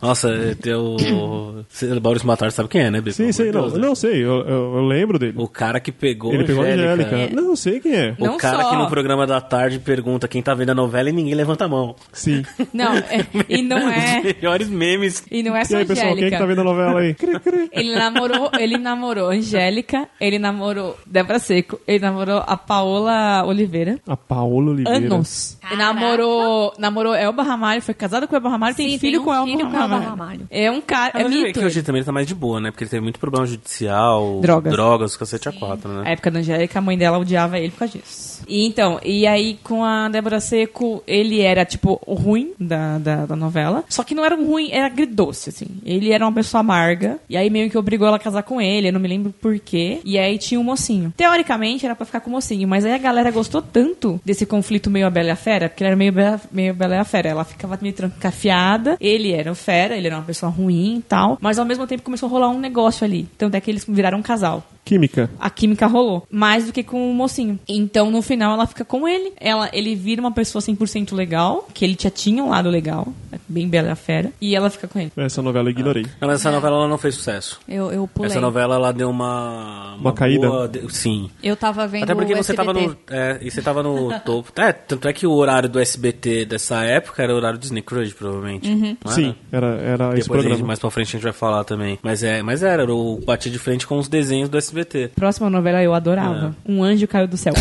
Nossa, é, tem o. Cê- o Maurício Matar sabe quem é, né, Bico? Sim, sei, não. Não sei, eu, eu- eu lembro dele. O cara que pegou Ele a pegou a Angélica. Angélica. né? Não, eu sei quem é. O Não cara só. que no programa da tarde pergunta quem tá vendo a novela e ninguém levanta a mão. Sim. Não, é- e não Os é, melhores memes. e não é E só aí, pessoal, quem é que Angélica. tá vendo a novela aí? Cri, cri. Ele namorou, ele namorou Angélica, ele namorou Débora Seco, ele namorou a Paola Oliveira. A Paola Oliveira. Anos. Ele namorou, namorou Elba Ramalho, foi casado com Elba Ramalho, tem Sim, filho tem um com Elba filho com Ramalho. Elba Ramalho. É um cara, É, mas é eu vejo mito. que hoje também ele tá mais de boa, né? Porque ele teve muito problema judicial, Drogas. É. drogas cacete a quatro, né? A época da Angélica, a mãe dela odiava ele por causa disso. E então, e aí com a Débora Seco, ele era, tipo, o ruim da, da, da novela. Só que não era um ruim, era agridoce, assim. Ele era uma pessoa amarga. E aí meio que obrigou ela a casar com ele, eu não me lembro porquê. E aí tinha um mocinho. Teoricamente era pra ficar com o mocinho, mas aí a galera gostou tanto desse conflito meio a Bela e a Fera, porque ele era meio Bela, meio Bela e a Fera. Ela ficava meio trancafiada, ele era o fera, ele era uma pessoa ruim e tal. Mas ao mesmo tempo começou a rolar um negócio ali. Tanto é que eles viraram um casal Química. a química rolou. Mais do que com o mocinho. Então, no final, ela fica com ele. Ela, ele vira uma pessoa 100% legal, que ele já tinha um lado legal, bem bela e a fera, e ela fica com ele. Essa novela eu ignorei. Não, mas essa novela ela não fez sucesso. Eu, eu pulei. Essa novela ela deu uma. Uma caída? boa de- Sim. Eu tava vendo Até porque o você tava no. SBT. É, e você tava no topo. É, tanto é que o horário do SBT dessa época era o horário do Disney Cruise, provavelmente. Uhum. Ah, Não era? Sim, era, era esse Depois a gente- programa. mais pra frente a gente vai falar também. Mas, é, mas era, era o bater de frente com os desenhos do SBT. Próxima novela eu adorava. Um anjo caiu do céu.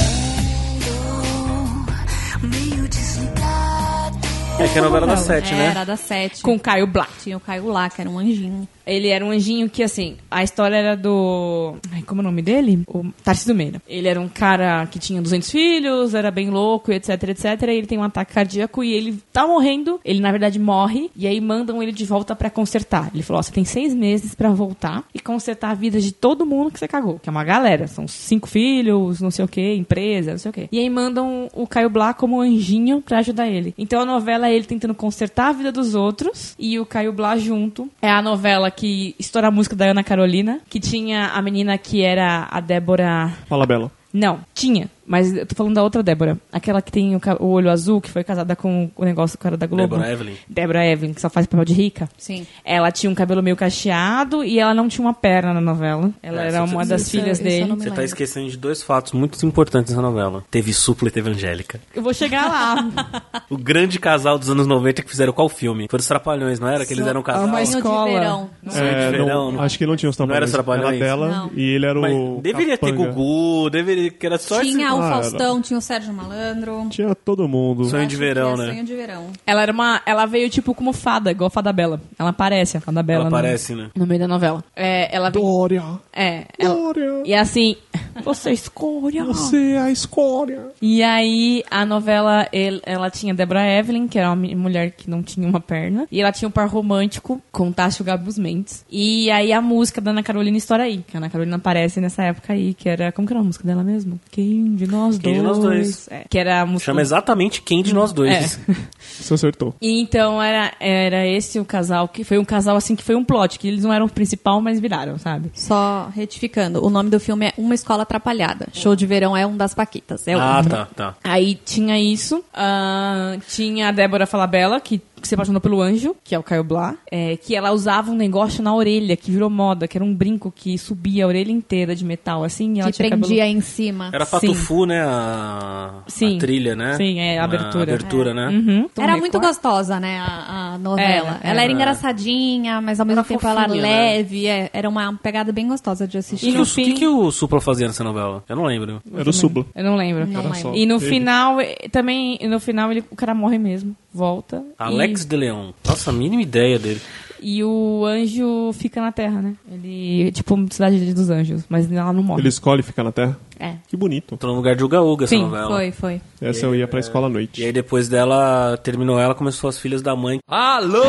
Meio desligado. É que é a novela das sete, É, né? Era da 7. Com Caio Black. Tinha o Caio lá, que era um anjinho. Ele era um anjinho que, assim, a história era do. Ai, como é o nome dele? O Tarcísio Meira. Ele era um cara que tinha 200 filhos, era bem louco, etc, etc. E ele tem um ataque cardíaco e ele tá morrendo. Ele, na verdade, morre. E aí mandam ele de volta pra consertar. Ele falou: Ó, você tem seis meses pra voltar e consertar a vida de todo mundo que você cagou. Que é uma galera. São cinco filhos, não sei o quê, empresa, não sei o quê. E aí mandam o Caio Blá como anjinho pra ajudar ele. Então a novela é ele tentando consertar a vida dos outros e o Caio Blá junto. É a novela que estoura a música da Ana Carolina, que tinha a menina que era a Débora. Fala, Bela. Não, tinha, mas eu tô falando da outra Débora. Aquela que tem o, ca- o olho azul, que foi casada com o negócio do cara da Globo. Débora Evelyn. Débora Evelyn, que só faz papel de rica. Sim. Ela tinha um cabelo meio cacheado e ela não tinha uma perna na novela. Ela É, era isso- uma das isso- filhas isso eu dele. não me Você tá lembro. esquecendo de dois fatos muito importantes nessa novela. Teve Supla e teve Angélica. Eu vou chegar lá. O grande casal dos anos 90 que fizeram qual filme? Foi os Trapalhões, não era? Que eles eram um casal. Uma Sonho de escola. verão. É, de não, verão, não. acho que não tinha os Não era trapalhões. os Trapalhões? Era dela Não. e ele era Mas o. deveria ter capanga. Gugu, deveria que era só Tinha esse o o Ah, Faustão, tinha o Sérgio Malandro. Tinha todo mundo. Sonho de Acho verão, que é né? Sonho de verão. Ela era uma. Ela veio tipo como fada, igual a fada Bela. Ela aparece, a fada Bela. Ela no- aparece, né? No meio da novela. É, ela vem. Glória! É, ela. Glória! E assim. Você escolha. Você é a escória! E aí, a novela, el- ela tinha Deborah Evelyn, que era uma mi- mulher que não tinha uma perna. E ela tinha um par romântico com Tacho Gabus Mendes. E aí, a música da Ana Carolina Estoura aí. Que a Ana Carolina aparece nessa época aí, que era... Como que era a música dela mesmo? Quem de nós Quem dois? de nós dois. É, que era a música... Chama exatamente quem de nós dois. É. Você acertou. E então era, era esse o casal, que foi um casal assim que foi um plot, que eles não eram o principal, mas viraram, sabe? Só retificando, o nome do filme é Uma Escola Atrapalhada. Show de verão é um das Paquitas. É o- Ah, tá, tá. Aí tinha isso, ahn, tinha a Débora Falabella, que, que se apaixonou pelo anjo, que é o Caio Blá, é, que ela usava um negócio na orelha, que virou moda, que era um brinco que subia a orelha inteira de metal, assim, e ela Que tinha cabelo- prendia em cima. Era Patufu, né? A... Sim. a trilha, né? Sim, é, a Na abertura. abertura, né? é. Uhum. Tom Era Record. muito gostosa, né, a, a novela. Era, ela era. era engraçadinha, mas ao mesmo tempo ela fofinha, né? leve. é, era uma pegada bem gostosa de O que, assistir. no o- fim- que, que o Supla fazia nessa novela? Eu não lembro. Era o Subla. Eu não lembro. Não Era lembro. só. E no Ele. final, eh, também, no final ele, o cara morre mesmo, volta. Alex de Leon. Nossa, a mínima ideia dele. E, e o anjo fica na terra, né? Ele, tipo, Cidade dos Anjos, mas ela não morre. Ele escolhe ficar na Terra. É. Que bonito. Entrou no lugar de Uga Uga essa Sim, novela. Foi, foi. Essa eu ia pra escola à noite. É. E aí depois dela, terminou ela, começou as filhas da mãe. Alô,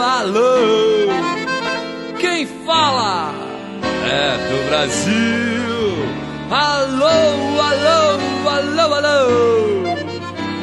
alô, quem fala é do Brasil. Alô, alô, alô, alô,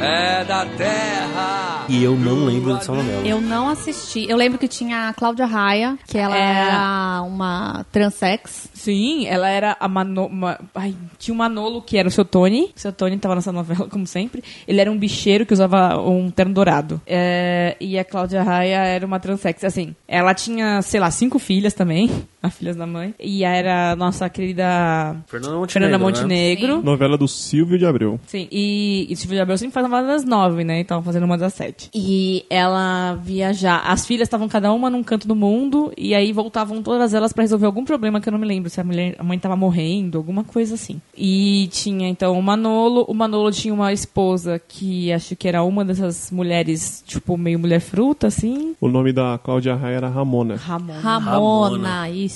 é da terra. E eu não lembro dessa novela. Eu não assisti. Eu lembro que tinha a Cláudia Raia, que ela É. era uma transex. Sim, ela era a Manolo. Ai, tinha o Manolo que era o seu Tony. O seu Tony tava nessa novela, como sempre. Ele era um bicheiro que usava um terno dourado. É, e a Cláudia Raia era uma transex. Assim, ela tinha, sei lá, cinco filhas também. As filhas da mãe. E era a nossa querida Fernanda Montenegro. Fernanda Né? Montenegro. Novela do Silvio de Abreu. Sim, e, e Silvio de Abreu sempre faz uma das nove, né? Então fazendo uma das sete. E ela viajar. As filhas estavam cada uma num canto do mundo, e aí voltavam todas elas pra resolver algum problema que eu não me lembro, se a, mulher, a mãe tava morrendo, alguma coisa assim. E tinha então o Manolo. O Manolo tinha uma esposa que acho que era uma dessas mulheres, tipo, meio mulher fruta, assim. O nome da Cláudia Raia era Ramona. Ramon. Ramona, isso.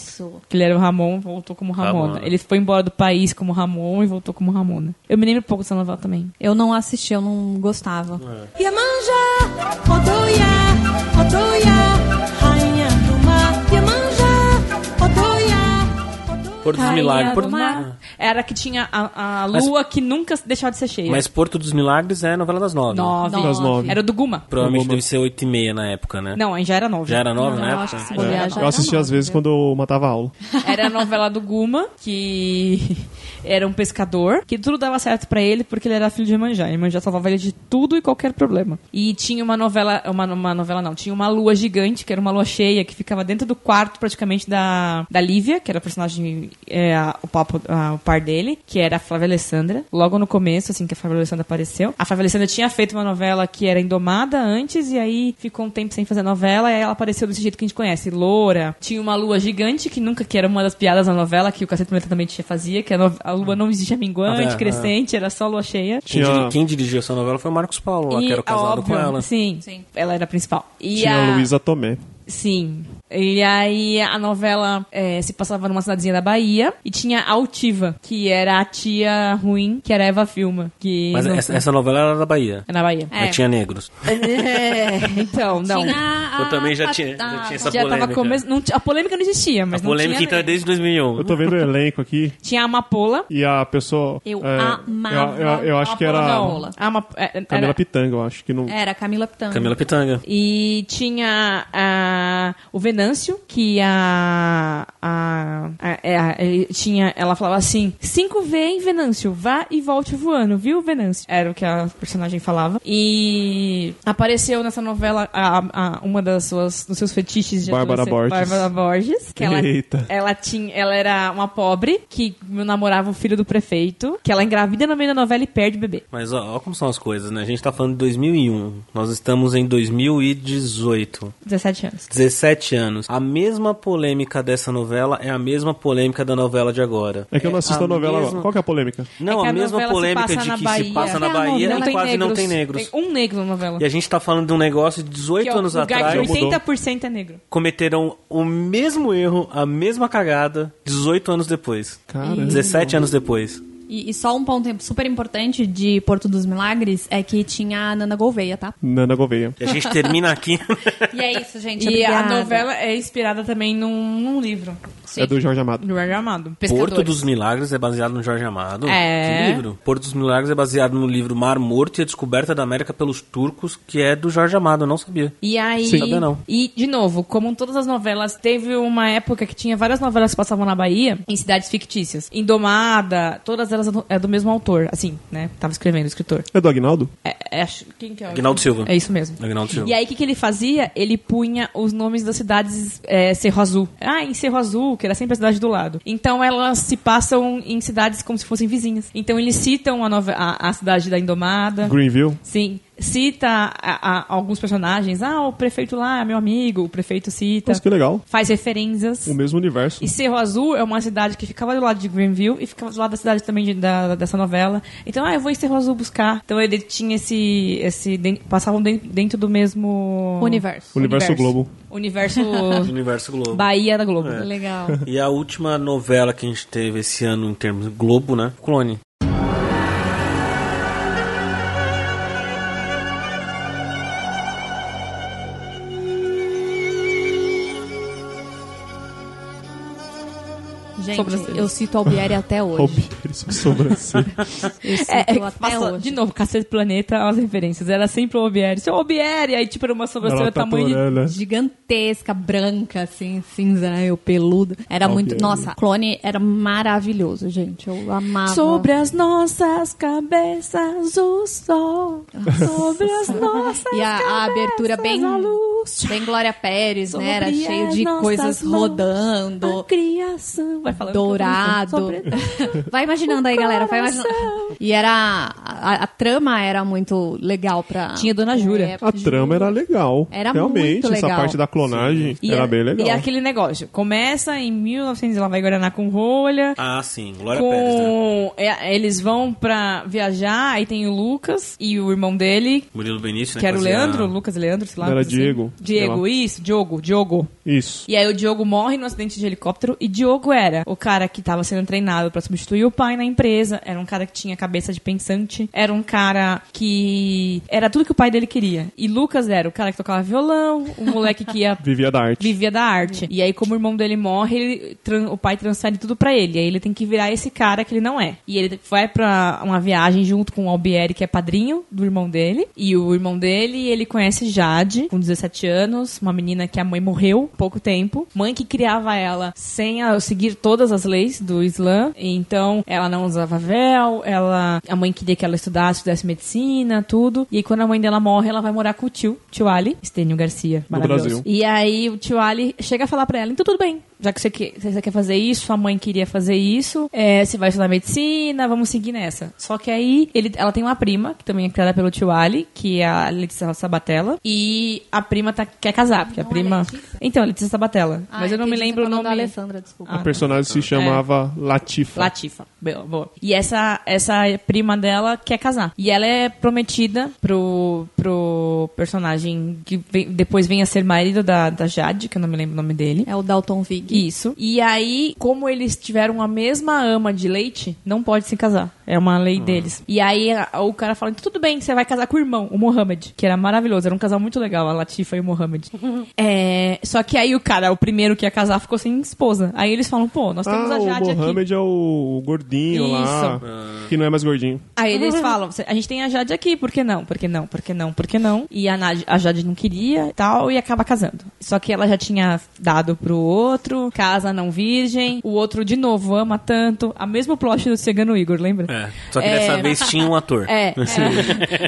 Que ele era o Ramon, voltou como Ramona. Ramona. Ele foi embora do país como Ramon e voltou como Ramona. Eu me lembro pouco dessa novela também. Eu não assisti, eu não gostava. Iemanjá, Odoiá, Odoiá, Rainha do Mar. Iemanjá, Odoiá, Odoiá. Porto dos Rainha Milagres. do Porto- Mar. Era que tinha a, a lua que nunca deixava de ser cheia. Mas Porto dos Milagres é novela das nove. nove. Das nove. Era do Guma. Provavelmente Alguma. deve ser oito e meia na época, né? Não, aí já era nove. Já era nove na Não, eu época? acho que se É. bobear já Eu era assisti às nova, vezes viu? quando eu matava aula. Era a novela do Guma, que era um pescador, que tudo dava certo pra ele porque ele era filho de Iemanjá. Iemanjá salvava ele de tudo e qualquer problema. E tinha uma novela, uma, uma novela não, tinha uma lua gigante, que era uma lua cheia, que ficava dentro do quarto praticamente da, da Lívia, que era a personagem, é, a- o, papo, a- o par dele, que era a Flávia Alessandra. Logo no começo, assim que a Flávia Alessandra apareceu, a Flávia Alessandra tinha feito uma novela que era Indomada antes, e aí ficou um tempo sem fazer novela, e aí ela apareceu desse jeito que a gente conhece, loura. Tinha uma lua gigante, que nunca, que era uma das piadas da novela, que o Cacete Planeta também tinha- fazia, que a, no- a lua não existia minguante, Ah, é, é. crescente, era só lua cheia. Quem, Tinha- diri- quem dirigiu essa novela foi o Marcos Paulo, lá, E, que era o casado óbvio, com ela. Sim, Sim. ela era a principal. E Tinha a a Luísa Tomé. Sim. E aí a novela eh, se passava numa cidadezinha da Bahia e tinha a Altiva, que era a tia ruim, que era a Eva Filma. Que Mas não- essa, essa novela era da Bahia. é na Bahia. É. Mas tinha negros. Então, não. Tinha Eu a- também já a- tinha- já a- tinha essa- Ah, tá. já tava polêmica. começo. não ti- a polêmica não existia, mas a não polêmica tinha. então é desde 2001. Eu tô vendo o elenco aqui Tinha a Amapola. e a pessoa. Eu é, amava Eu, eu- eu acho que era. Não, Amapola. a Ama- é, era- É, Camila Pitanga, eu acho que não. Ah, Era Camila Pitanga. Camila Pitanga. E tinha a- o Venâncio, que a, a- a- é, a- ele tinha, ela falava assim, 5V em Venâncio, vá e volte voando, viu, Venâncio? Era o que a personagem falava. E apareceu nessa novela a- a- a- uma das suas, dos seus fetiches de Bárbara adolescente, Borges. Bárbara Borges. Que ela, Eita. ela tinha, ela era uma pobre que namorava o filho do prefeito, que ela engravida no meio da novela e perde o bebê. Mas ó, ó como são as coisas, né? A gente tá um. falando de 2001. Nós estamos em 2018. 17 anos. 17 anos. A mesma polêmica dessa novela é a mesma polêmica da novela de agora. É que eu não assisto a novela agora. Qual que é a polêmica? Não, É que a mesma novela se polêmica passa de na que Bahia. se passa na É, a Bahia novela e quase não tem negros. Tem um negro na novela. E a gente tá falando de um negócio de 18 que é o anos lugar atrás. que Já mudou. 80% é negro. cometeram o mesmo erro, a mesma cagada, 18 anos depois. Caramba. 17 anos depois. E, e só um ponto super importante de Porto dos Milagres é que tinha a Nana Gouveia, tá? Nana Gouveia. E a gente termina aqui. E é isso, gente. E a obrigada. novela é inspirada também num, num livro É do Jorge Amado. do Jorge Amado. Porto dos Milagres é baseado no Jorge Amado. É. Que livro? Porto dos Milagres é baseado no livro Mar Morto e a Descoberta da América pelos Turcos, que é do Jorge Amado, eu não sabia. E aí. Sim. Sabia não. E, de novo, como em todas as novelas, teve uma época que tinha várias novelas que passavam na Bahia, em cidades fictícias. Indomada, todas elas é do- é do mesmo autor. Assim, né? Tava escrevendo, o escritor. É do Agnaldo? É, é, acho- quem que é o- Agnaldo Silva. É isso mesmo. Agnaldo Silva. E aí, o que, que ele fazia? Ele punha os nomes das cidades é, Cerro Azul. Ah, em Cerro Azul, que era sempre a cidade do lado. Então, elas se passam em cidades como se fossem vizinhas. Então, eles citam a, nove- a, a cidade da Indomada. Greenville? Sim. Cita a- a- alguns personagens. Ah, o prefeito lá é meu amigo. O prefeito cita. Nossa, que legal. Faz referências. O mesmo universo. E Cerro Azul é uma cidade que ficava do lado de Greenville e ficava do lado da cidade também de- da, dessa novela. Então, ah, eu vou em Cerro Azul buscar. Então ele tinha esse. esse den- passavam den- dentro do mesmo. Universo. Universo Globo. Universo. Universo Globo. Bahia da É. Globo. Legal. E a última novela que a gente teve esse ano em termos de Globo, né? Clone. Gente, Sobrancelhas. eu cito Albieri até hoje. Albieri, sua sobrancelha. Eu cito É, é, até passa- hoje. de novo, Cacete Planeta, as referências. Era sempre o Obieri. Seu Obieri! Aí, tipo, era uma sobrancelha Ela tá tamanho de torando, né? Gigantesca, branca, assim, cinza, né? Eu peludo. Era muito. Albieri. Nossa, clone era maravilhoso, gente. Eu amava. Sobre as nossas cabeças o sol. Sobre as nossas E a, a abertura cabeças, bem. a luz. Bem Glória Pérez, Sobre né? Era as cheio de nossas coisas mãos, rodando. A criação. Vai falando. Dourado. Sobre- Vai imaginando aí, galera. Vai coração. imaginando. E era. A, a trama era muito legal pra. Tinha Dona Jura. É, A trama era legal. Era Realmente, muito legal. essa parte da clonagem E era a- bem legal. E aquele negócio. Começa em 1900 e lá vai Guaraná com rolha. Ah, sim. Glória Pérez, né? Com... é, eles vão pra viajar, aí tem o Lucas e o irmão dele, Murilo Benício, né? que era o fazia- Leandro, Lucas Leandro, sei lá. Era coisa assim. Diego, Diego, sei isso, Diogo, Diogo. Isso. E aí o Diogo morre no acidente de helicóptero e Diogo era o cara que tava sendo treinado pra substituir o pai na empresa, era um cara que tinha cabeça de pensante, era um cara que era tudo que o pai dele queria. E Lucas era o cara que tocava violão, o moleque que ia Vivia da arte. vivia da arte. E aí, como o irmão dele morre, ele tran- o pai transfere tudo pra ele. Aí ele tem que virar esse cara que ele não é. E ele vai pra uma viagem junto com o Albieri, que é padrinho do irmão dele. E o irmão dele, ele conhece Jade, com 17 anos, uma menina que a mãe morreu há pouco tempo. Mãe que criava ela sem a- seguir todas as leis do Islã. Então, ela não usava véu, ela... A mãe queria que ela estudasse, estudasse medicina, tudo. E aí, quando a mãe dela morre, ela vai morar com o tio, tio Ali, Estênio Garcia. No maravilhoso. Brasil. E aí o tio Ali chega a falar pra ela, então tudo bem, já que você quer, você quer fazer isso, sua mãe queria fazer isso, é, você vai estudar medicina, vamos seguir nessa. Só que aí ele, ela tem uma prima, que também é criada pelo tio Ali, que é a Letícia Sabatella, e a prima tá- quer casar, porque a Não é prima... Letícia? então, Letícia Sabatella, Ah, mas eu não me entendi, tá lembro o falando nome... Ah, da Alessandra, desculpa. A personagem Ah. se chamava Latifa. É. Latifa. Boa, boa. E essa, essa prima dela quer casar. E ela é prometida pro, pro personagem que vem- depois vem a ser marido da, da Jade, que eu não me lembro o nome dele. É o Dalton Vig. Isso. E aí, como eles tiveram a mesma ama de leite, não pode se casar. É uma lei Hum. deles. E aí a- o cara fala: "Então, tudo bem, você vai casar com o irmão, o Mohamed, que era maravilhoso, era um casal muito legal, a Latifa e o Mohamed. é, só que aí o cara, o primeiro que ia casar, ficou sem esposa. Aí eles falam: pô, nós temos Ah, a o Jade aqui. Mohamed é o gordinho lá, que não é mais gordinho. Aí eles falam, a gente tem a Jade aqui, por que não? Por que não? Por que não? Por que não? E a, Nad- a Jade não queria e tal, e acaba casando. Só que ela já tinha dado pro outro, casa não virgem, o outro de novo ama tanto. A mesmo plot do Cegano Igor, lembra? É. Só que É. dessa vez tinha um ator. É, é.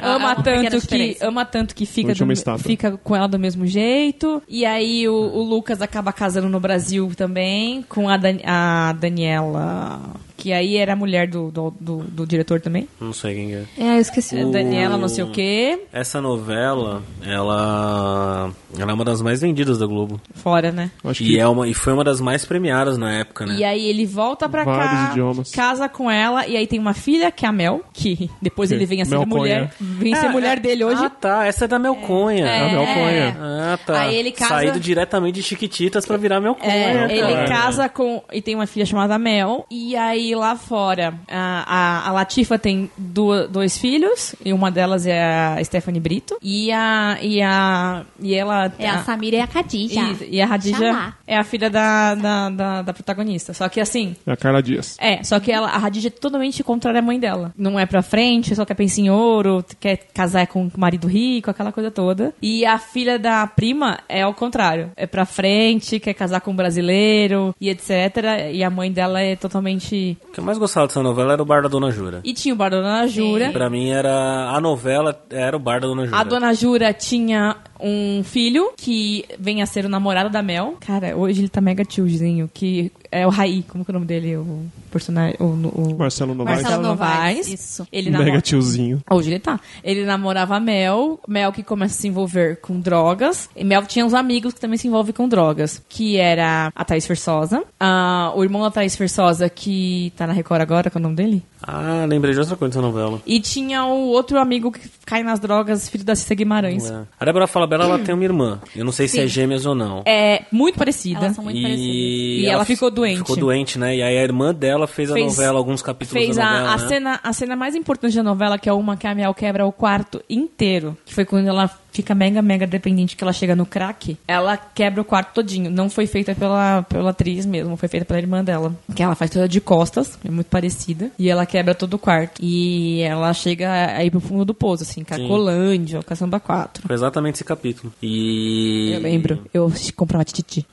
ama Ah, uma pequena tanto que diferença. ama tanto que fica Última do- estátua. fica com ela do mesmo jeito. E aí o, o Lucas acaba casando no Brasil também com a, Dan- a Daniela que aí era a mulher do, do, do- do diretor também. Não sei quem é. É, eu esqueci. É Daniela, não sei o quê. Essa novela, ela, ela é uma das mais vendidas da Globo. Fora, né? Acho E, que é uma, e foi uma das mais premiadas na época, né? E aí ele volta pra cá, Vários idiomas. casa com ela, e aí tem uma filha, que é a Mel, que depois ele vem a ser Mel mulher, vem ser mulher dele hoje. Ah, tá. Essa é da Melconha. é a Melconha. Ah, tá. Aí ele casa- Saído diretamente de Chiquititas pra virar Melconha. É, cara. ele casa com. E tem uma filha chamada Mel. E aí lá fora, a, a- a Latifa tem du- dois filhos. E uma delas é a Stephanie Brito. E a. E, a, e ela. É a Samira e a Khadija. e, e a Radija Xalá. é a filha da, da, da, da protagonista. Só que assim. É a Carla Dias. É, só que ela, a Radija é totalmente contrária à mãe dela. Não é pra frente, só quer pensar em ouro, quer casar com um marido rico, aquela coisa toda. E a filha da prima é ao contrário. É pra frente, quer casar com um brasileiro e etc. E a mãe dela é totalmente. O que eu mais gostava dessa novela era o Bar da Dona Jura. E tinha o bar da Dona Jura. Pra mim era. A novela era o Bar da Dona Jura. A dona Jura tinha um filho que vem a ser o namorado da Mel. Cara, hoje ele tá mega tiozinho, que é o Raí, como que é o nome dele? O personagem. O, o- Marcelo Novaes. Marcelo Novaes. Isso. Ele Um Mega namora... tiozinho. Hoje ele tá. Ele namorava a Mel, Mel que começa a se envolver com drogas. E Mel tinha uns amigos que também se envolvem com drogas. Que era a Thaís Versosa. ah, o irmão da Thaís Versosa, que tá na Record agora, qual é o nome dele? Ah, lembrei de outra coisa dessa novela. E tinha o outro amigo que cai nas drogas, filho da Cissa Guimarães. É. A Débora Falabella, ela tem uma irmã. Eu não sei se é Sim. gêmeas ou não. É muito parecida. Elas são muito parecidas. E, E ela fi- ficou doente. Ficou doente, né? E aí a irmã dela fez, a Fez- novela, alguns capítulos Fez da a, novela. a né? cena, a cena mais importante da novela, que é uma que a Miel quebra o quarto inteiro. Que foi quando ela fica mega, mega dependente, que ela chega no crack. Ela quebra o quarto todinho. Não foi feita pela, pela atriz mesmo, foi feita pela irmã dela. Que ela faz toda de costas, é muito parecida. E ela quebra todo o quarto. E ela chega aí pro fundo do poço, assim, Cacolândia, Caçamba 4. Foi exatamente esse capítulo. E. Eu lembro. Eu comprava Tititi.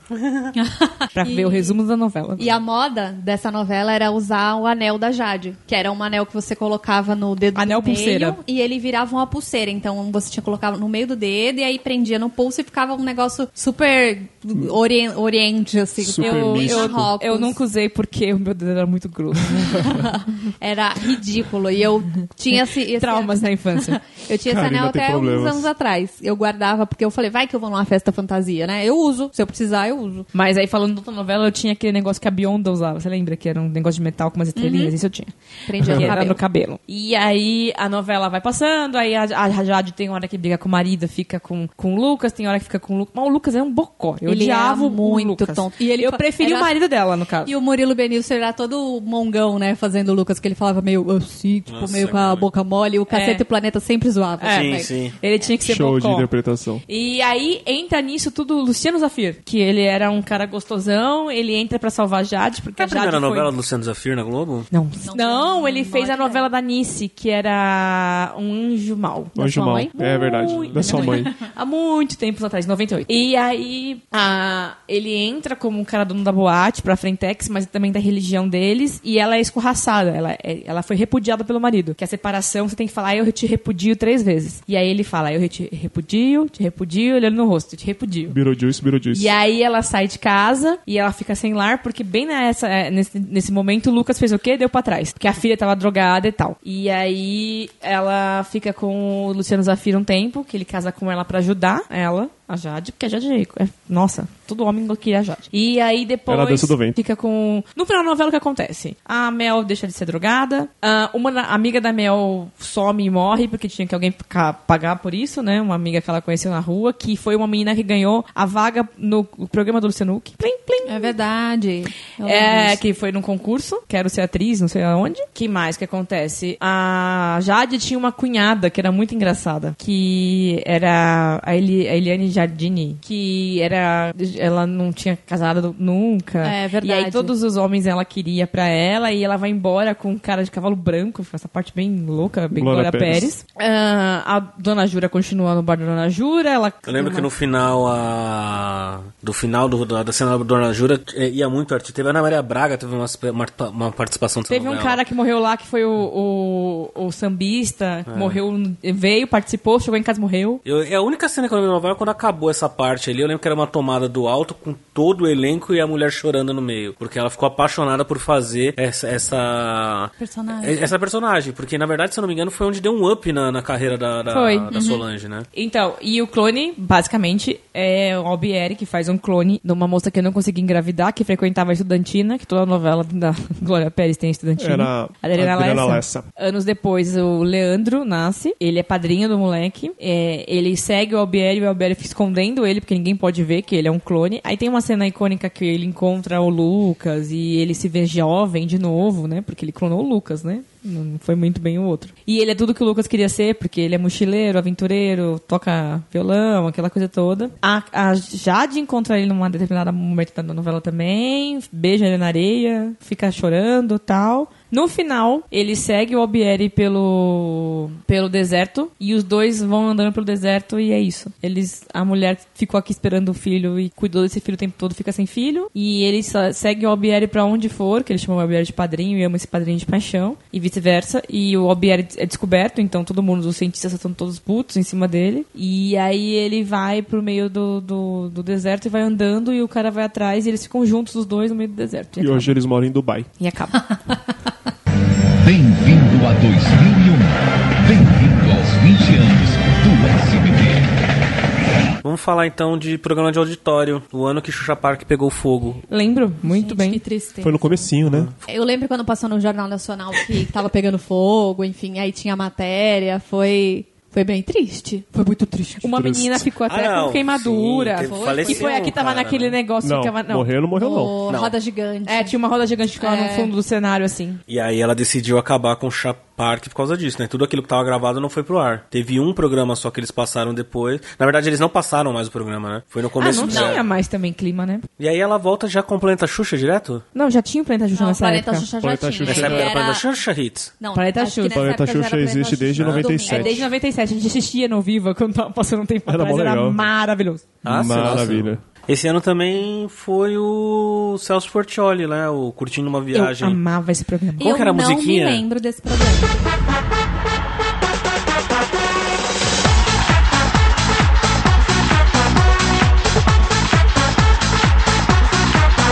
pra ver o resumo da novela. E a moda dessa novela era usar o anel da Jade, que era um anel que você colocava no dedo Anel do meio, pulseira. e ele virava uma pulseira. Então você tinha colocava no meio do dedo e aí prendia no pulso e ficava um negócio super ori- oriente assim. Super eu, místico. eu, Marrocos. Eu nunca usei porque o meu dedo era muito grosso. era ridículo e eu tinha esse, esse Traumas na infância. Eu tinha esse Karina anel tem até uns problemas. anos atrás. Eu guardava porque eu falei, vai que eu vou numa festa fantasia, né? Eu uso, se eu precisar eu uso. Mas aí, falando de outra novela, eu tinha aquele negócio que a Bionda usava. Você lembra que era um negócio de metal com umas estrelinhas? Isso eu tinha. Prendia no Que era cabelo. no cabelo. E aí, a novela vai passando. Aí, a, a Jade tem hora que briga com o marido, fica com, com o Lucas. Tem hora que fica com o Lucas. Mas o Lucas é um bocó. Eu Ele odiava era o muito Lucas. tonto. E E ele, ele eu fa- preferi o era- marido dela, no caso. E o Murilo Benício era todo mongão, né? Fazendo o Lucas, que ele falava meio assim, tipo, Nossa, meio com a mãe. boca mole. E o Cacete e o Planeta sempre zoava. né? É, Sim, Mas- sim. Ele tinha que ser Show de bocó. interpretação. E aí entra nisso tudo o Luciano Zafir, que ele era um cara gostosão, ele entra pra salvar a Jade, porque É a a Jade primeira foi... novela do Luciano Zafir na Globo? Não. Não, Não, ele não fez a é. novela da Nice, que era um anjo mal. Da Anjo sua Mal. mãe? né? É verdade. Muito- Da sua mãe. Há muito tempo atrás, 98. E aí, a- ele entra como um cara dono da boate pra Frentex, mas também da religião deles, e ela é escorraçada. Ela, é- ela foi repudiada pelo marido. Que a separação, você tem que falar, eu te repudio três vezes. E aí ele fala, eu te repudio, te repudio, olhando no rosto, te repudio. Beetlejuice, Beetlejuice. E aí ela sai de casa e ela fica sem lar, porque bem nessa, eh, nesse, nesse momento o Lucas fez o quê? Deu pra trás. Porque a filha tava drogada e tal. E aí ela fica com o Luciano Zafir um tempo, que ele casa com ela pra ajudar ela. A Jade, porque a Jade é. Nossa, todo homem queria a Jade. E aí depois. Era a dança do ventre. Fica com. No final da novela, o que acontece? A Mel deixa de ser drogada. ah, uma na- amiga da Mel some e morre, porque tinha que alguém ca- pagar por isso, né? Uma amiga que ela conheceu na rua, que foi uma menina que ganhou a vaga no programa do Luciano Huck. Plim, plim. É verdade. Eu lembro É, disso. que foi num concurso, quero ser atriz, não sei aonde. Que mais que acontece? A Jade tinha uma cunhada que era muito engraçada, que era a, Eli, a Eliane Jardini, que era ela não tinha casado nunca. É, verdade. E aí todos os homens ela queria pra ela e ela vai embora com um cara de cavalo branco, essa parte bem louca, bem Glória Glória Pérez. Pérez. Ah, a Dona Jura continua no bar da Dona Jura, ela Eu lembro que no final, a... do final do- da, da cena da Dona Jura, eh, ia muito artista. Teve a Ana Maria Braga, teve umas- uma, uma participação dessa Teve um novela. cara que morreu lá, que foi o, o, o É. sambista, que morreu, veio, participou, chegou em casa e morreu. Eu, é a única cena que eu lembro da novela é quando a acabou essa parte ali, eu lembro que era uma tomada do alto com todo o elenco e a mulher chorando no meio. Porque ela ficou apaixonada por fazer essa. essa Personagem. Essa personagem. Porque, na verdade, se eu não me engano, foi onde deu um up na, na carreira da, da, Foi. da Uhum. Solange, né? Então, e o clone, basicamente, é o Albieri que faz um clone de uma moça que eu não consegui engravidar, que frequentava a estudantina, que toda novela da Glória Pérez tem a estudantina. Era Adriana, Adriana Lessa. Lessa. Anos depois, o Leandro nasce, ele é padrinho do moleque, é, ele segue o Albieri, o Albieri fica escondendo ele, porque ninguém pode ver que ele é um clone. Aí tem uma cena icônica que ele encontra o Lucas e ele se vê jovem de novo, né? Porque ele clonou o Lucas, né? Não foi muito bem o outro. E ele é tudo que o Lucas queria ser, porque ele é mochileiro, aventureiro, toca violão, aquela coisa toda. A, a Jade encontra ele num determinado momento da novela também, beija ele na areia, fica chorando tal. No final, ele segue o Albieri pelo, pelo deserto e os dois vão andando pelo deserto e é isso. Eles, a mulher ficou aqui esperando o filho e cuidou desse filho o tempo todo, fica sem filho. E ele só segue o Albieri pra onde for, que ele chama o Albieri de padrinho e ama esse padrinho de paixão e vice-versa. E o Albieri é descoberto, então todo mundo, os cientistas estão todos putos em cima dele. E aí ele vai pro meio do, do, do deserto e vai andando e o cara vai atrás e eles ficam juntos os dois no meio do deserto. E acaba. hoje eles moram em Dubai. E acaba. Bem-vindo a 2001. Bem-vindo aos 20 anos do SBT. Vamos falar então de programa de auditório, o ano que Xuxa Park pegou fogo. Lembro, muito bem. Que tristeza. Foi no comecinho, né? Ah. Eu lembro quando passou no Jornal Nacional que tava pegando fogo, enfim, aí tinha matéria, foi. Foi bem triste. Foi muito triste. Uma menina ficou até Ah, não, com queimadura. sim, teve- foi, faleceu, que foi aqui, tava cara, naquele né? negócio Não, que tava. Não. Oh. morreu não morreu, não. Ô, Roda gigante. É, tinha uma roda gigante que ficava no É. fundo do cenário, assim. E aí ela decidiu acabar com o Xuxa Park por causa disso, né? Tudo aquilo que tava gravado não foi pro ar. Teve um programa só que eles passaram depois. Na verdade, eles não passaram mais o programa, né? Foi no Ah, começo não do tinha ano. mais também clima, né? E aí ela volta já com o Planeta Xuxa direto? Não, já tinha o Planeta Xuxa Não, nessa Planeta época. Xuxa já Planeta tinha. Xuxa Essa época era Era- Planeta Xuxa Hits. Não, Planeta acho que Xuxa. nessa Planeta época já Xuxa era Planeta existe desde Xuxa. 97. É desde 97, a gente assistia no Viva quando tava passando um tempo Era atrás, mó era legal. maravilhoso. Ah, sim, nossa. Maravilha. Esse ano também foi o Celso Portioli, né? O Curtindo uma Eu Viagem. amava esse programa. Qual que era a musiquinha? Eu não me lembro desse programa.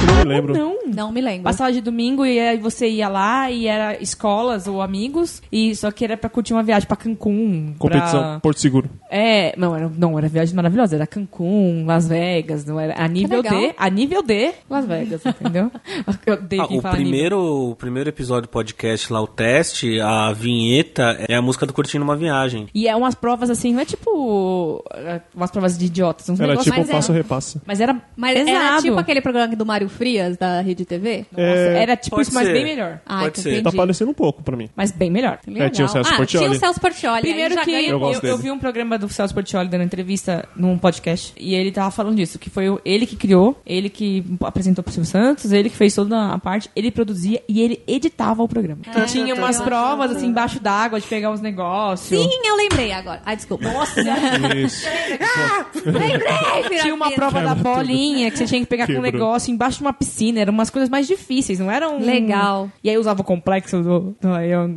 Eu não me lembro. Não. Não me lembro. Passava de domingo e aí você ia lá e era escolas ou amigos, e só que era pra curtir uma viagem pra Cancún. Competição, pra- Porto Seguro. É, não era, não, era viagem maravilhosa, era Cancún, Las Vegas, não era a nível legal. D, a nível D, Las Vegas, entendeu? Eu odeio Ah, quem o fala nível. primeiro, o primeiro episódio do podcast lá, o teste, a vinheta é a música do Curtindo uma Viagem. E é umas provas assim, não é tipo é, umas provas de idiotas, uns Era negócios- tipo mas mas, é- passo repassa. mas era Mas pesado. era tipo aquele programa do Mário Frias, da Rede TV? Nossa, É, era tipo pode isso, mas ser. bem melhor. Ah, Pode que ser. Tá entendi. parecendo um pouco pra mim. Mas bem melhor. É, tinha o Celso ah, Portiolli. tinha o Celso Portiolli. Primeiro aí já que ganha eu, gosto eu dele. vi um programa do Celso Portiolli dando entrevista num podcast e ele tava falando disso, que foi o- ele que criou, ele que apresentou pro Silvio Santos, ele que fez toda a parte, ele produzia e ele editava o programa. Ah, tinha eu tô umas ligado. provas assim embaixo d'água de pegar uns negócios. Sim, eu lembrei agora. Ah, desculpa. Nossa, Isso. lembrei! Tinha uma prova da bolinha que você tinha que pegar com um Quebrou. negócio embaixo de uma piscina. Eram umas coisas mais difíceis, não eram. Legal. E aí usava o complexo do, do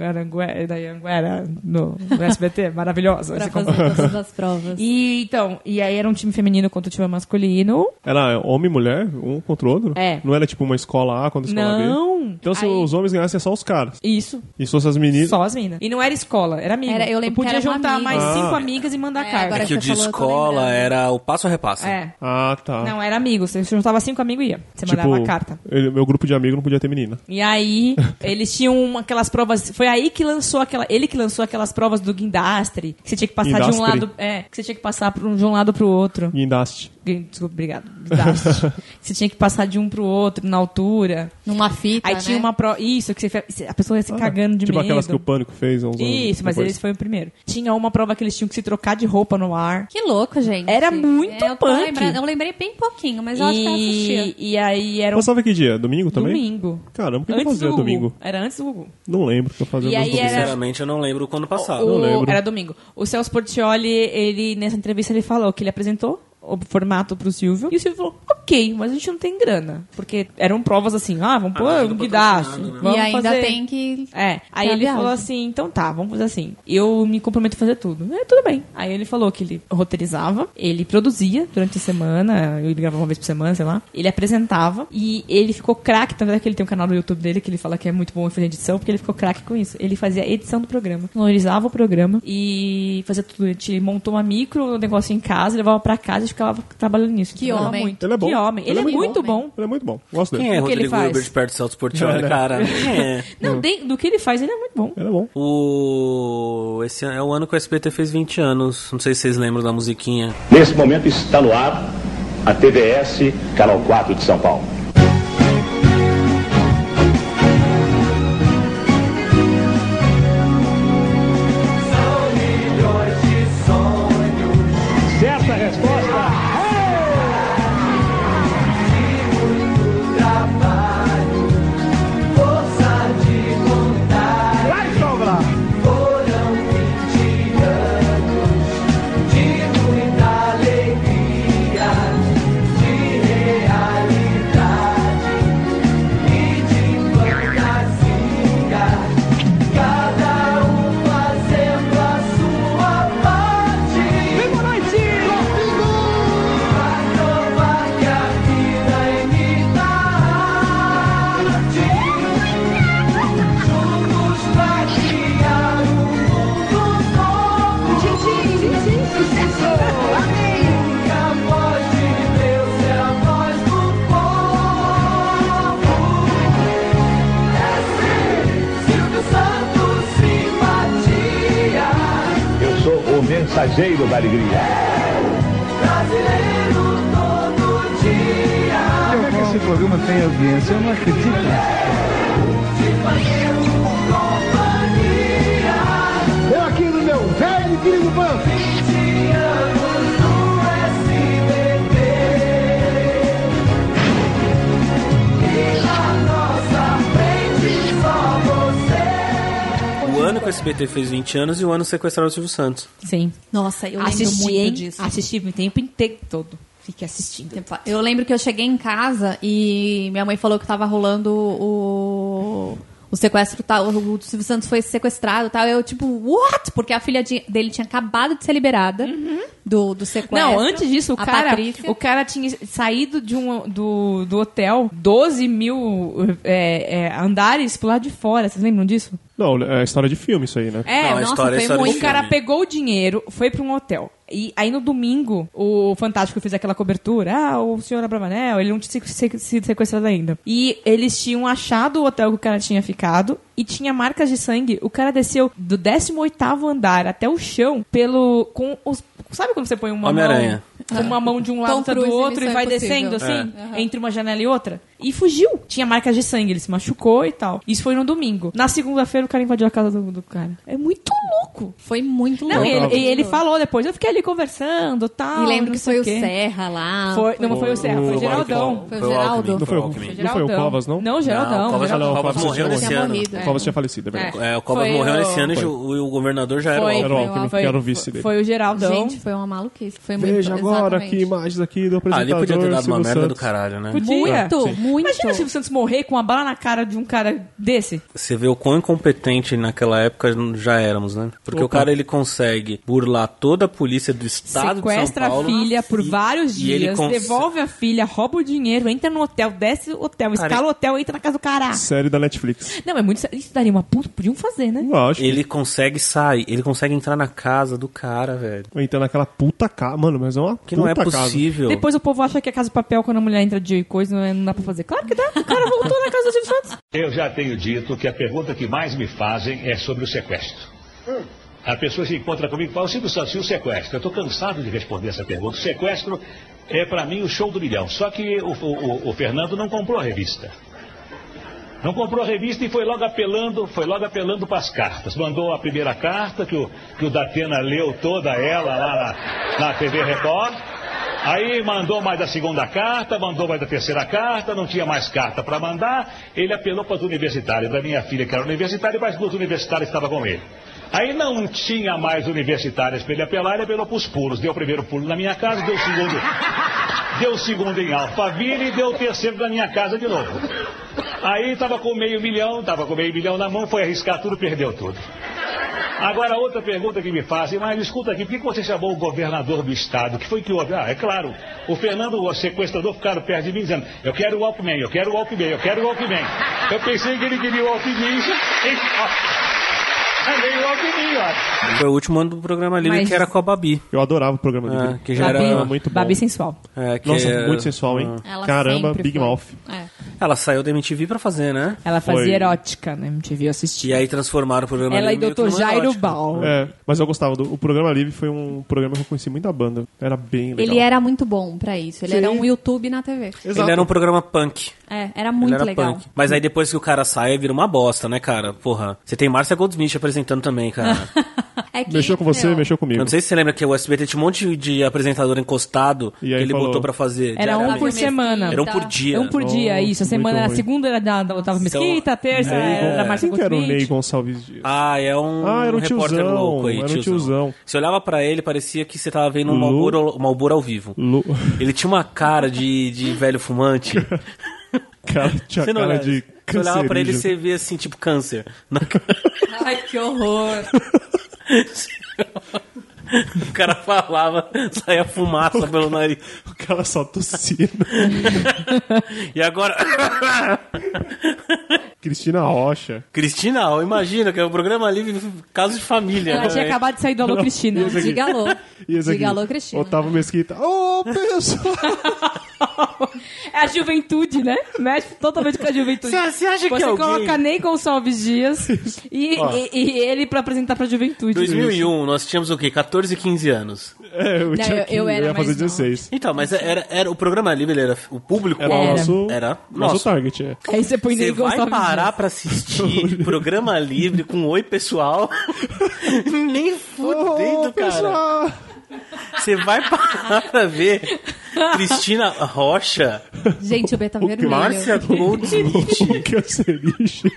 Anhanguera, da Anhanguera no, no SBT. Maravilhoso. pra esse fazer complexo. todas as provas. E então, e aí era um time feminino contra o time masculino. Era homem e mulher, um contra o outro? É. Não era tipo uma escola A contra a escola B? Não! Então se Aí- os homens ganhassem é só os caras. Isso, E se fossem as meninas. só as minas. E não era escola, era amiga. Era- eu lembro podia que era uma juntar amiga. mais Ah. cinco amigas e mandar É, carta. agora É que o de você falou, eu tô escola lembrando. era o passo a repasso. É. Ah, Tipo- tá. Não, era amigo. Você juntava cinco amigos e ia. Você mandava a carta. ele- meu grupo de amigos não podia ter menina. E aí, eles tinham uma- aquelas provas. Foi aí que lançou aquela. Ele que lançou aquelas provas do guindastre. Que você tinha que passar de um Guindastre. lado. É, que você tinha que passar por um- de um lado pro outro. Guindaste. Guin- Desculpa, obrigado. Guindastre. você tinha que passar de um pro outro na altura. Numa fita, Aí né? tinha uma prova. Isso, que você fe- a pessoa ia se cagando de tipo medo. aquelas que o Pânico fez há uns anos Isso, mas depois. esse foi o primeiro. Tinha uma prova que eles tinham que se trocar de roupa no ar. Que louco, gente. É, Era muito eu tô punk. lembrando- Eu lembrei bem pouquinho, mas eu acho que eu e, assistia. e aí era um Passava que dia? Domingo também? domingo. Caramba, o que que eu Antes fazia do Gugu. domingo? Era antes do Gugu. Não lembro o que eu fazia E nos aí é- domingos. era- Sinceramente, eu não lembro quando passava. Não O- Ah, lembro. Era domingo. O Celso Portioli, ele, nessa entrevista, ele falou que ele apresentou o formato pro Silvio. E o Silvio falou, ok, ok, mas a gente não tem grana. Porque eram provas assim, ah, vamos pôr um guidaço. vamos e ainda fazer- tem que. É, aí Tem a ele viagem. falou assim, então tá, vamos fazer assim. Eu me comprometo a fazer tudo. É, tudo bem. Aí ele falou que ele roteirizava, ele produzia durante a semana, ele gravava uma vez por semana, sei lá. Ele apresentava e ele ficou craque, tanto é que ele tem um canal no YouTube dele que ele fala que é muito bom em fazer edição, porque ele ficou craque com isso. Ele fazia edição do programa, sonorizava o programa e fazia tudo. A gente montou uma micro, um negócio em casa, levava pra casa e ficava trabalhando nisso. Que Trabalhava homem. Muito. Ele é bom. Que homem. Ele, é, muito bom. Ele é muito bom. Gosto Quem dele. é O que ele Rodrigo faz? Hilbert perto do Celso Portioli, cara? Quem é? Não, de- do que ele faz, ele é muito bom. Ele é bom. O... Esse ano- é o ano que o SBT fez 20 anos. Não sei se vocês lembram da musiquinha. Nesse momento está no ar a TVS, canal 4 de São Paulo. Certa resposta. Eu sou o mensageiro da alegria. O ano que o SBT fez 20 anos e o ano que sequestraram o Silvio Santos. Sim. Nossa, eu lembro assisti, muito hein? disso. Assisti o tempo inteiro todo. Fiquei assistindo. Tempo- Eu lembro que eu cheguei em casa e minha mãe falou que tava rolando o. O sequestro tal, o Silvio Santos foi sequestrado e tal. Eu, tipo, what? Porque a filha de- dele tinha acabado de ser liberada do, do sequestro. Uhum. Não, antes disso, o A cara, Patrícia. o cara tinha saído de um, do, do hotel 12 mil é, é, andares pro lado de fora. Vocês lembram disso? Não, é história de filme isso aí, né? É, Não, a nossa, história- a foi história muito. do O cara filme. pegou o dinheiro, foi pra um hotel. E aí no domingo, o Fantástico fez aquela cobertura. Ah, o senhor Abravanel, ele não tinha se- se- sido sequestrado ainda. E eles tinham achado o hotel que o cara tinha ficado e tinha marcas de sangue. O cara desceu do 18º andar até o chão pelo com os Sabe quando você põe uma mão, Homem-Aranha. com uma mão de um Tom lado outra do Cruise, outro e Missão vai é Impossível. descendo assim, entre uma janela e outra? E fugiu. Tinha marcas de sangue, ele se machucou e tal. Isso foi no domingo. Na segunda-feira o cara invadiu a casa do, do cara. É muito louco. Foi muito Não, louco. e ele, e ele falou depois, eu fiquei ali conversando tal. E lembro não que sei foi o quê. Serra lá. Foi, não, não foi o Serra, foi o Geraldão. Foi o Geraldo. Não foi o, Alckmin. não foi o Geraldão. Covas, não? Não, Geraldão. Não, o Covas- Geraldão. o Covas é Covas morreu tinha nesse ano. morrido. O Covas tinha falecido, é verdade. É, o Covas Foi morreu o- nesse ano e Foi. ju- o, o governador já era o É. Foi, Alckmin. Era o Alckmin, foi- que era o vice dele. Foi o Geraldão. Gente, foi uma maluquice. Foi Veja muito, agora exatamente. que imagens aqui do Ah, apresentador ali podia ter dado uma Silvio merda do Santos. caralho, né? Podia. Muito, muito. Imagina se o Santos morrer com uma bala na cara de um cara desse. Você vê o quão incompetente naquela época já éramos, né? Porque o Opa. cara ele consegue burlar toda a polícia do estado de Sequestra São Paulo. a filha por e- vários e ele dias, cons- devolve a filha, rouba o dinheiro, entra no hotel, desce o hotel, escala o hotel, entra na casa do cara. Série da Netflix. Não, é muito. sério. Isso daria uma puta. Podiam fazer, né? Lógico. Ele consegue sair, ele consegue entrar na casa do cara, velho. Entra naquela puta casa. Mano, mas é uma Que puta não é casa. possível. Depois o povo acha que é casa de papel quando a mulher entra de coisa, não, é- não dá pra fazer. Claro que dá. O cara voltou na casa do Silvio Santos. Eu já tenho dito que a pergunta que mais me fazem é sobre o sequestro. A pessoa se encontra comigo e fala, Silvio Santos, e o sequestro? Eu estou cansado de responder essa pergunta. O sequestro é, para mim, o show do milhão. Só que o, o- o- o Fernando não comprou a revista. Não comprou a revista e foi logo apelando, foi logo apelando para as cartas. Mandou a primeira carta que o, que o Datena leu toda ela lá na, na TV Record. Aí mandou mais a segunda carta, mandou mais a terceira carta, não tinha mais carta para mandar. Ele apelou para as universitárias, da minha filha que era universitária, mas duas universitárias estavam com ele. Aí não tinha mais universitárias para ele apelar, ele apelou para os pulos. Deu o primeiro pulo na minha casa, deu o segundo. deu o segundo em Alphaville e deu o terceiro na minha casa de novo. Aí tava com meio milhão, tava com meio milhão na mão, foi arriscar tudo, perdeu tudo. Agora, outra pergunta que me fazem, mas escuta aqui, por que que você chamou o governador do estado? O que foi que houve? Ah, é claro, o Fernando, o sequestrador, ficaram perto de mim dizendo, eu quero o Walkman, eu quero o Walkman, eu quero o Walkman. Eu pensei que ele queria o Walkman, e veio o Walkman, ó. Foi o último ano do programa livre Mas- que era com a Babi. Eu adorava o programa livre. Ah, que já Babi, era muito bom. Babi sensual. É, que Nossa, é- muito sensual, hein? Ela Caramba, sempre Big foi. Mouth. É. Ela saiu da MTV pra fazer, né? Ela fazia Foi. erótica né? na MTV, eu assisti. E aí transformaram o programa Ela e livre meio que Dr. numa Jairo erótica. Bal. É, mas eu gostava. Do, o programa Livre foi um programa que eu conheci muita banda. Era bem legal. Ele era muito bom pra isso. Ele Sim. era um YouTube na TV. Ele era um programa punk. É, era Ele muito era legal. punk. Mas aí depois que o cara sai, vira uma bosta, né, cara? Porra. Você tem Márcia Goldsmith apresentando também, cara. É que, Mexeu com você, meu, mexeu Eu comigo. não sei se você lembra que o SBT tinha um monte de apresentador encostado que aí ele falou. botou pra fazer. Era um diariamente. por semana. Era um por dia. Um por dia, isso. A muito semana, a ruim. segunda era da, da Otávio Então, Mesquita, a terça era da Márcia Quem que era o Ney Goldsmith. Gonçalves Dias? é. Ah, é um, Ah, era um repórter tiozão, louco aí, era um tiozão. tiozão. Você olhava pra ele, parecia que você tava vendo um Lu- Malboro, Malboro ao vivo. Lu... Ele tinha uma cara de, de velho fumante. cara, tinha Você não cara olhava. de Você olhava pra ele e cancerígeno. você via assim, tipo, câncer. Ai, que horror. o cara falava, saía fumaça pelo nariz. O cara só tossindo. E agora. Cristina Rocha. Cristina, ó, imagina que é o programa livre caso de família. Ela Ah, né, tinha velho? acabado de sair do Alô Cristina. Esse aqui. Diga alô. E esse Diga aqui? alô, Cristina. tá. Otávio Mesquita. Ô, pessoal! É a juventude, né? Mexe totalmente com a juventude. Você- você acha que Você alguém- coloca Ney Gonçalves Dias e, e, e ele pra apresentar pra juventude. 2001, nós tínhamos o quê? 14, 15 anos. É, eu, tinha eu- 15, eu era ia fazer mais 16. Então, mas era, era o programa livre, ele era o público Era, um o alvo nosso, era nosso nosso. target, é. Aí você põe Você Ney vai Gonçalves parar Dias. pra assistir programa livre com oi pessoal? Nem fudendo, Ô, cara. pessoal! Você vai parar pra ver Cristina Rocha, Gente, o Beta Vermelho. Márcia O Goldsmith, cancerígeno.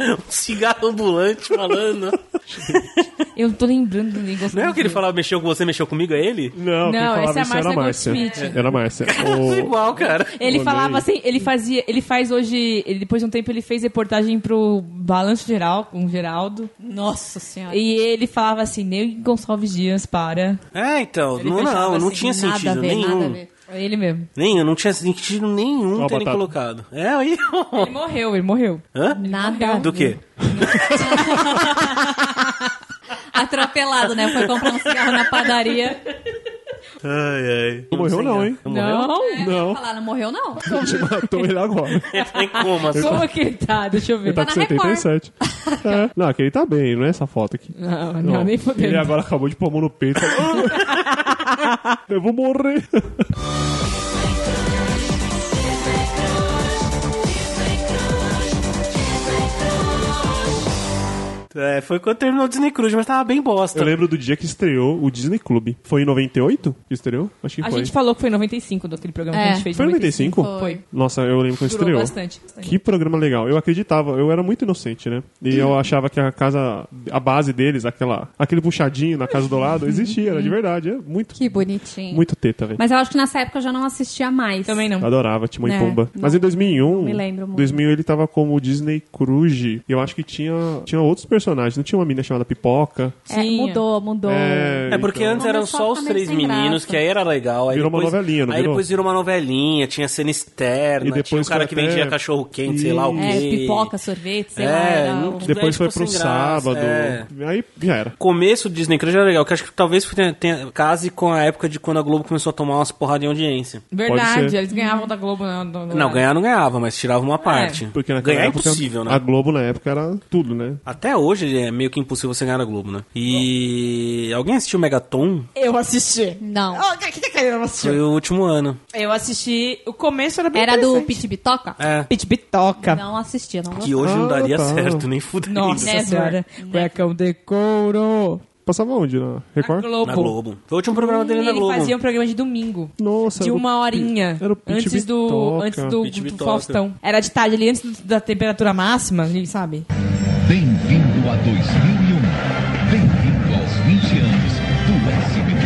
um cigarro ambulante falando. Eu não tô lembrando do Ney Gonçalves Não é o que ele Dias. falava, mexeu com você, mexeu comigo, é ele? Não, quem Não, falava essa é a isso era a Márcia Márcia. Goldsmith. Era a Márcia. É O- igual, cara. Ele Olhei. falava assim, ele fazia, ele faz hoje, ele, depois de um tempo ele fez reportagem pro Balanço Geral, com o Geraldo, Nossa senhora. e ele falava assim, Ney Gonçalves Dias para, É, então, Ele não, fechava não, não assim, tinha nada a sentido ver, nenhum. nada a ver. é ele mesmo. Nenhum, não tinha sentido nenhum Ó a terem batata. colocado. É aí, ó. Ele morreu, ele morreu. Hã? Nada. Do quê? Atropelado, né? Foi comprar um cigarro na padaria. Ai, ai. Não morreu não, hein? Não morreu? Não, Não, É, Falar, não morreu, não. a gente matou ele agora. Ele tá em coma, só. como que ele tá? Deixa eu ver. Ele tá com Tá na Record. 77. É. Não, aquele tá bem, não é essa foto aqui. Não, não, nem Ele fodendo. agora acabou de pôr a mão no peito. Eu vou morrer. É, foi quando terminou o Disney Cruise, mas tava bem bosta. Eu lembro do dia que estreou o Disney Clube. Foi em 98 que estreou? Acho que A foi. gente falou que foi em 95 do aquele programa que a É. gente fez. Foi em 95? Foi. Nossa, eu lembro quando Durou estreou. bastante. Que programa legal. Eu acreditava, eu era muito inocente, né? E eu achava que a casa, a base deles, aquela, aquele puxadinho na casa do lado, existia, era de verdade. É muito, Uhum. Que bonitinho. muito teta, velho. Mas eu acho que nessa época eu já não assistia mais. Também não. Adorava Timão e É, Pumba. não- Mas em 2001, me lembro muito. 2001 ele tava como o Disney Cruise. E eu acho que tinha, tinha outros personagens. Não tinha uma menina chamada Pipoca. É, Sim. mudou, mudou. É porque então. antes eram Começou a só ficar os meio três sem meninos, graça. que aí era legal. Aí Virou uma depois, novelinha, não Aí virou? depois virou uma novelinha, tinha cena externa, E depois tinha o cara foi que até- vendia cachorro quente, sei lá o quê. É, pipoca, sorvete, sei lá. É, era um não- o- Tudo aí Depois foi ficou pro sem graça, sábado. é. Aí já era. começo do Disney Cruise era legal, que acho que talvez tenha, tenha case com a época de quando a Globo começou a tomar umas porradas em audiência. Pode Verdade, ser. eles ganhavam da Globo. Não, Não, ganhar não ganhava, mas tirava É. uma parte. Porque naquela ganhar é época, impossível, né? A Globo na época era tudo, né? Até hoje é meio que impossível você ganhar na Globo, né? E alguém assistiu Megaton? Eu assisti. Não. Oh, que, que, que eu não assisti? Foi o último ano. Eu assisti. O começo era bem Era do interessante. Pit Bitoca? É. Pit Bitoca. Não assistia, não Que gostava. hoje não Ah, daria tá. certo, nem fudendo. Nossa né, Never. senhora. Cuecão de couro. Passava onde? Na Record? Globo. Na Globo. Foi o último programa dele na Ele Globo. fazia um programa de domingo. Nossa, De era o- uma horinha. era o Pit antes do, Bitoca. antes do, Pit do Bitoca. Faustão. Era de tarde ali, antes do- da temperatura máxima, ele sabe? Bem-vindo a 2001. Bem-vindo aos 20 anos do SBT.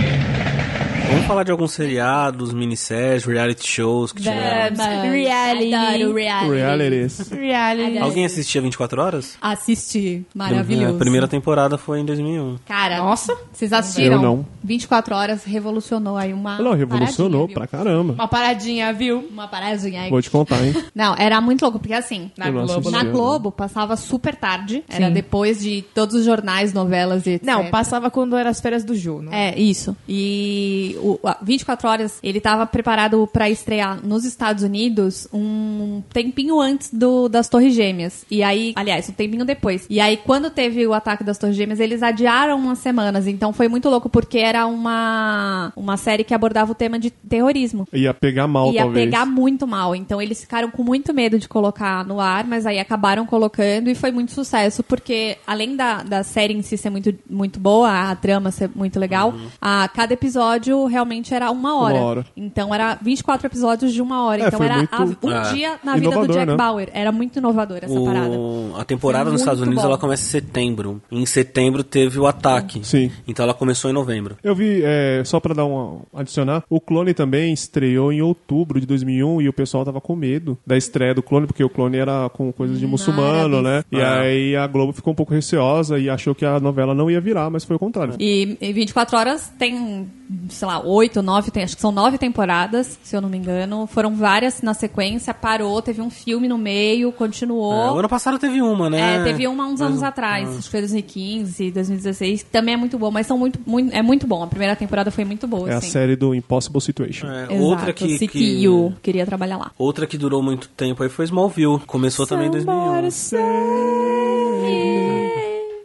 Vamos falar de alguns seriados, minisséries, reality shows que É, tiveram. Reality. Adoro é reality. Realities. Reality. Alguém assistia 24 horas? É, Assisti. Maravilhoso. A primeira temporada foi em 2001. Cara, Nossa. vocês assistiram? Eu não. 24 horas revolucionou aí uma. Não, revolucionou paradinha, pra caramba. Uma paradinha, viu? viu? Uma paradinha aí. Vou te contar, hein? Não, era muito louco, porque assim. Na Eu não né? Globo. assisti. Na Sim. Globo passava super tarde. Era Sim. depois de todos os jornais, novelas e etc. Não, passava quando era as férias do Ju, não é? É, isso. E o a 24 horas, ele tava preparado pra estrear nos Estados Unidos um tempinho antes do das Torres Gêmeas. E aí, aliás, um tempinho depois. E aí quando teve o ataque das Torres Gêmeas, eles adiaram umas semanas. Então foi muito louco porque era uma uma série que abordava o tema de terrorismo. Ia pegar mal, Ia talvez. pegar muito mal. Então eles ficaram com muito medo de colocar no ar, mas aí acabaram colocando e foi muito sucesso, porque além da, da série em si ser muito, muito boa, a trama ser muito legal, a cada episódio realmente era uma hora. Uhum. Uma hora. Então era 24 episódios de uma hora. É, então foi era muito- a- um Ah. dia na vida do Inovador, Jack né? Bauer. Era muito inovador essa O- parada. A temporada Foi nos muito Estados Unidos bom. ela começa em setembro. Em setembro teve o ataque. Sim. Então ela começou em novembro. Eu vi, é, só pra dar um adicionar, o Clone também estreou em outubro de 2001 e o pessoal tava com medo da estreia do Clone, porque o Clone era com coisas de muçulmano, né? E Ah. aí a Globo ficou um pouco receosa e achou que a novela não ia virar, mas foi o contrário. E, e 24 horas tem, sei lá, oito, nove, tem, acho que são nove temporadas, se eu não me engano. Foram várias na sequência, parou, teve um filme no meio, É, continuou. o ano passado teve uma, né? É, teve uma uns Mas anos não- atrás, acho que foi 2015, 2016, que também é muito bom, mas são muito, muito- é muito bom. A primeira temporada foi muito boa, É a assim. série do Impossible Situation. É, Exato, outra que, CTU, que queria trabalhar lá. outra que durou muito tempo aí foi Smallville. Começou também em 2001.